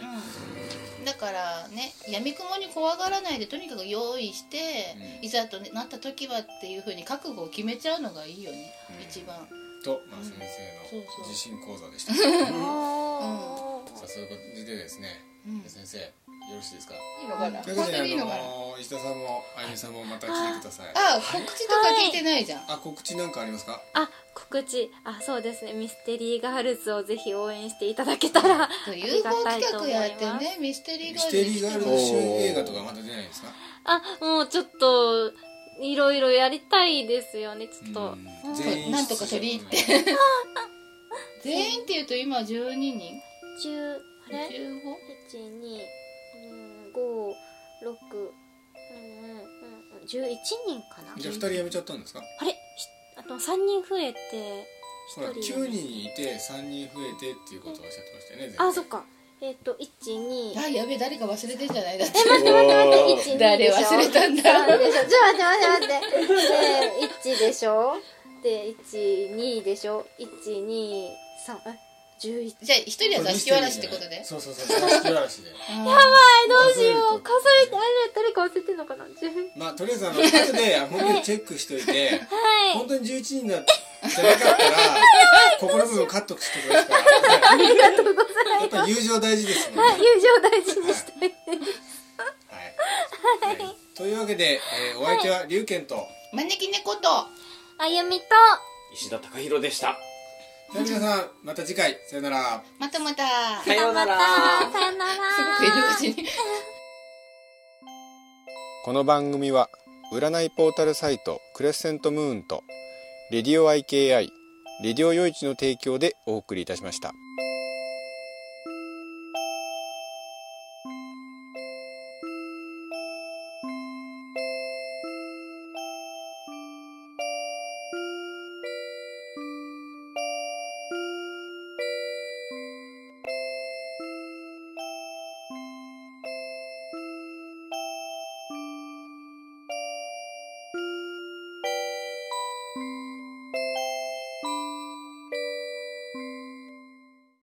Speaker 1: うんだからねやみくもに怖がらないでとにかく用意して、
Speaker 2: うん
Speaker 1: いざとなった時はっていうふうに覚悟を決めちゃうのがいいよね、
Speaker 2: うん
Speaker 1: 一番
Speaker 2: と、まあ、先生
Speaker 1: そうそ
Speaker 2: の
Speaker 1: う
Speaker 2: 自信講座で
Speaker 1: (laughs)
Speaker 2: した
Speaker 4: たあ
Speaker 2: さあそういう感じでですね、
Speaker 1: うん
Speaker 2: 先生よろしいですか
Speaker 1: いいのかな
Speaker 2: というこ
Speaker 1: 本
Speaker 2: と
Speaker 1: 当にいい
Speaker 2: であ
Speaker 1: のかな
Speaker 2: のー石田さんもあゆみさんもまた来てください
Speaker 1: あ告知とか聞いてないじゃん、
Speaker 2: あ告知なんかありますか
Speaker 4: ーあ告知あそうですねミステリーガールズをぜひ応援していただけたら
Speaker 1: そう
Speaker 4: あり
Speaker 1: 融
Speaker 4: が
Speaker 1: 合
Speaker 4: たい
Speaker 1: 企
Speaker 4: と思
Speaker 1: 画
Speaker 4: います
Speaker 1: やってねミステリー
Speaker 2: ミ
Speaker 1: ガー
Speaker 2: ス
Speaker 1: ルズ
Speaker 2: テ
Speaker 1: に
Speaker 2: リ
Speaker 1: 来
Speaker 2: ーガ
Speaker 1: ても
Speaker 2: ールズ
Speaker 1: らう
Speaker 2: 主演映画とかまだ出ないんですか
Speaker 4: あもうちょっといろいろやりたいですよねちょっと、
Speaker 2: うん全員
Speaker 1: なんとか取り入って
Speaker 2: 出演
Speaker 1: 全員っていうと今12人
Speaker 4: 10あれ
Speaker 1: 15?
Speaker 4: 12567うん11人かな
Speaker 2: じゃあ2人辞めちゃったんですか
Speaker 4: あれひあと3人増えて
Speaker 2: ほら9
Speaker 4: 一人
Speaker 2: 人いて3人増えてっていうことをおっしゃってましたよね前回
Speaker 4: あそっかえっ、と12
Speaker 1: あやべえ誰か忘れてんじゃないだって
Speaker 3: おー
Speaker 4: 一
Speaker 1: (laughs) 誰
Speaker 4: でしょ
Speaker 1: 忘れたんだ
Speaker 4: 三でしょちょっと待って待って待ってで1でしょで12でしょ123え11
Speaker 1: じゃあ一人は座敷わらしってことで
Speaker 2: そうそうそう座敷わらしで
Speaker 1: やば
Speaker 4: どうしよう数えてあれ誰か忘れてんのかな10
Speaker 2: まあとりあえずあの後で本当にチェックしといて
Speaker 4: はい
Speaker 2: 本当に11人だじゃなかったらここの部分カットしてください
Speaker 4: ありがとうござ
Speaker 2: やっ
Speaker 4: います
Speaker 2: ぱ友情大事ですもんね
Speaker 4: はい友情大事に (laughs) したい
Speaker 2: はい、はい、というわけで、えーお相手は龍賢と
Speaker 1: 招き猫と
Speaker 4: あゆみと
Speaker 3: 石田貴弘でした
Speaker 2: じゃあ皆さんまた次回さよなら
Speaker 1: また (laughs) また
Speaker 3: さようなら
Speaker 4: さよなら
Speaker 1: すごく入り口に
Speaker 2: この番組は占いポータルサイトクレッセントムーンとレディオ IKI レディオイチの提供でお送りいたしました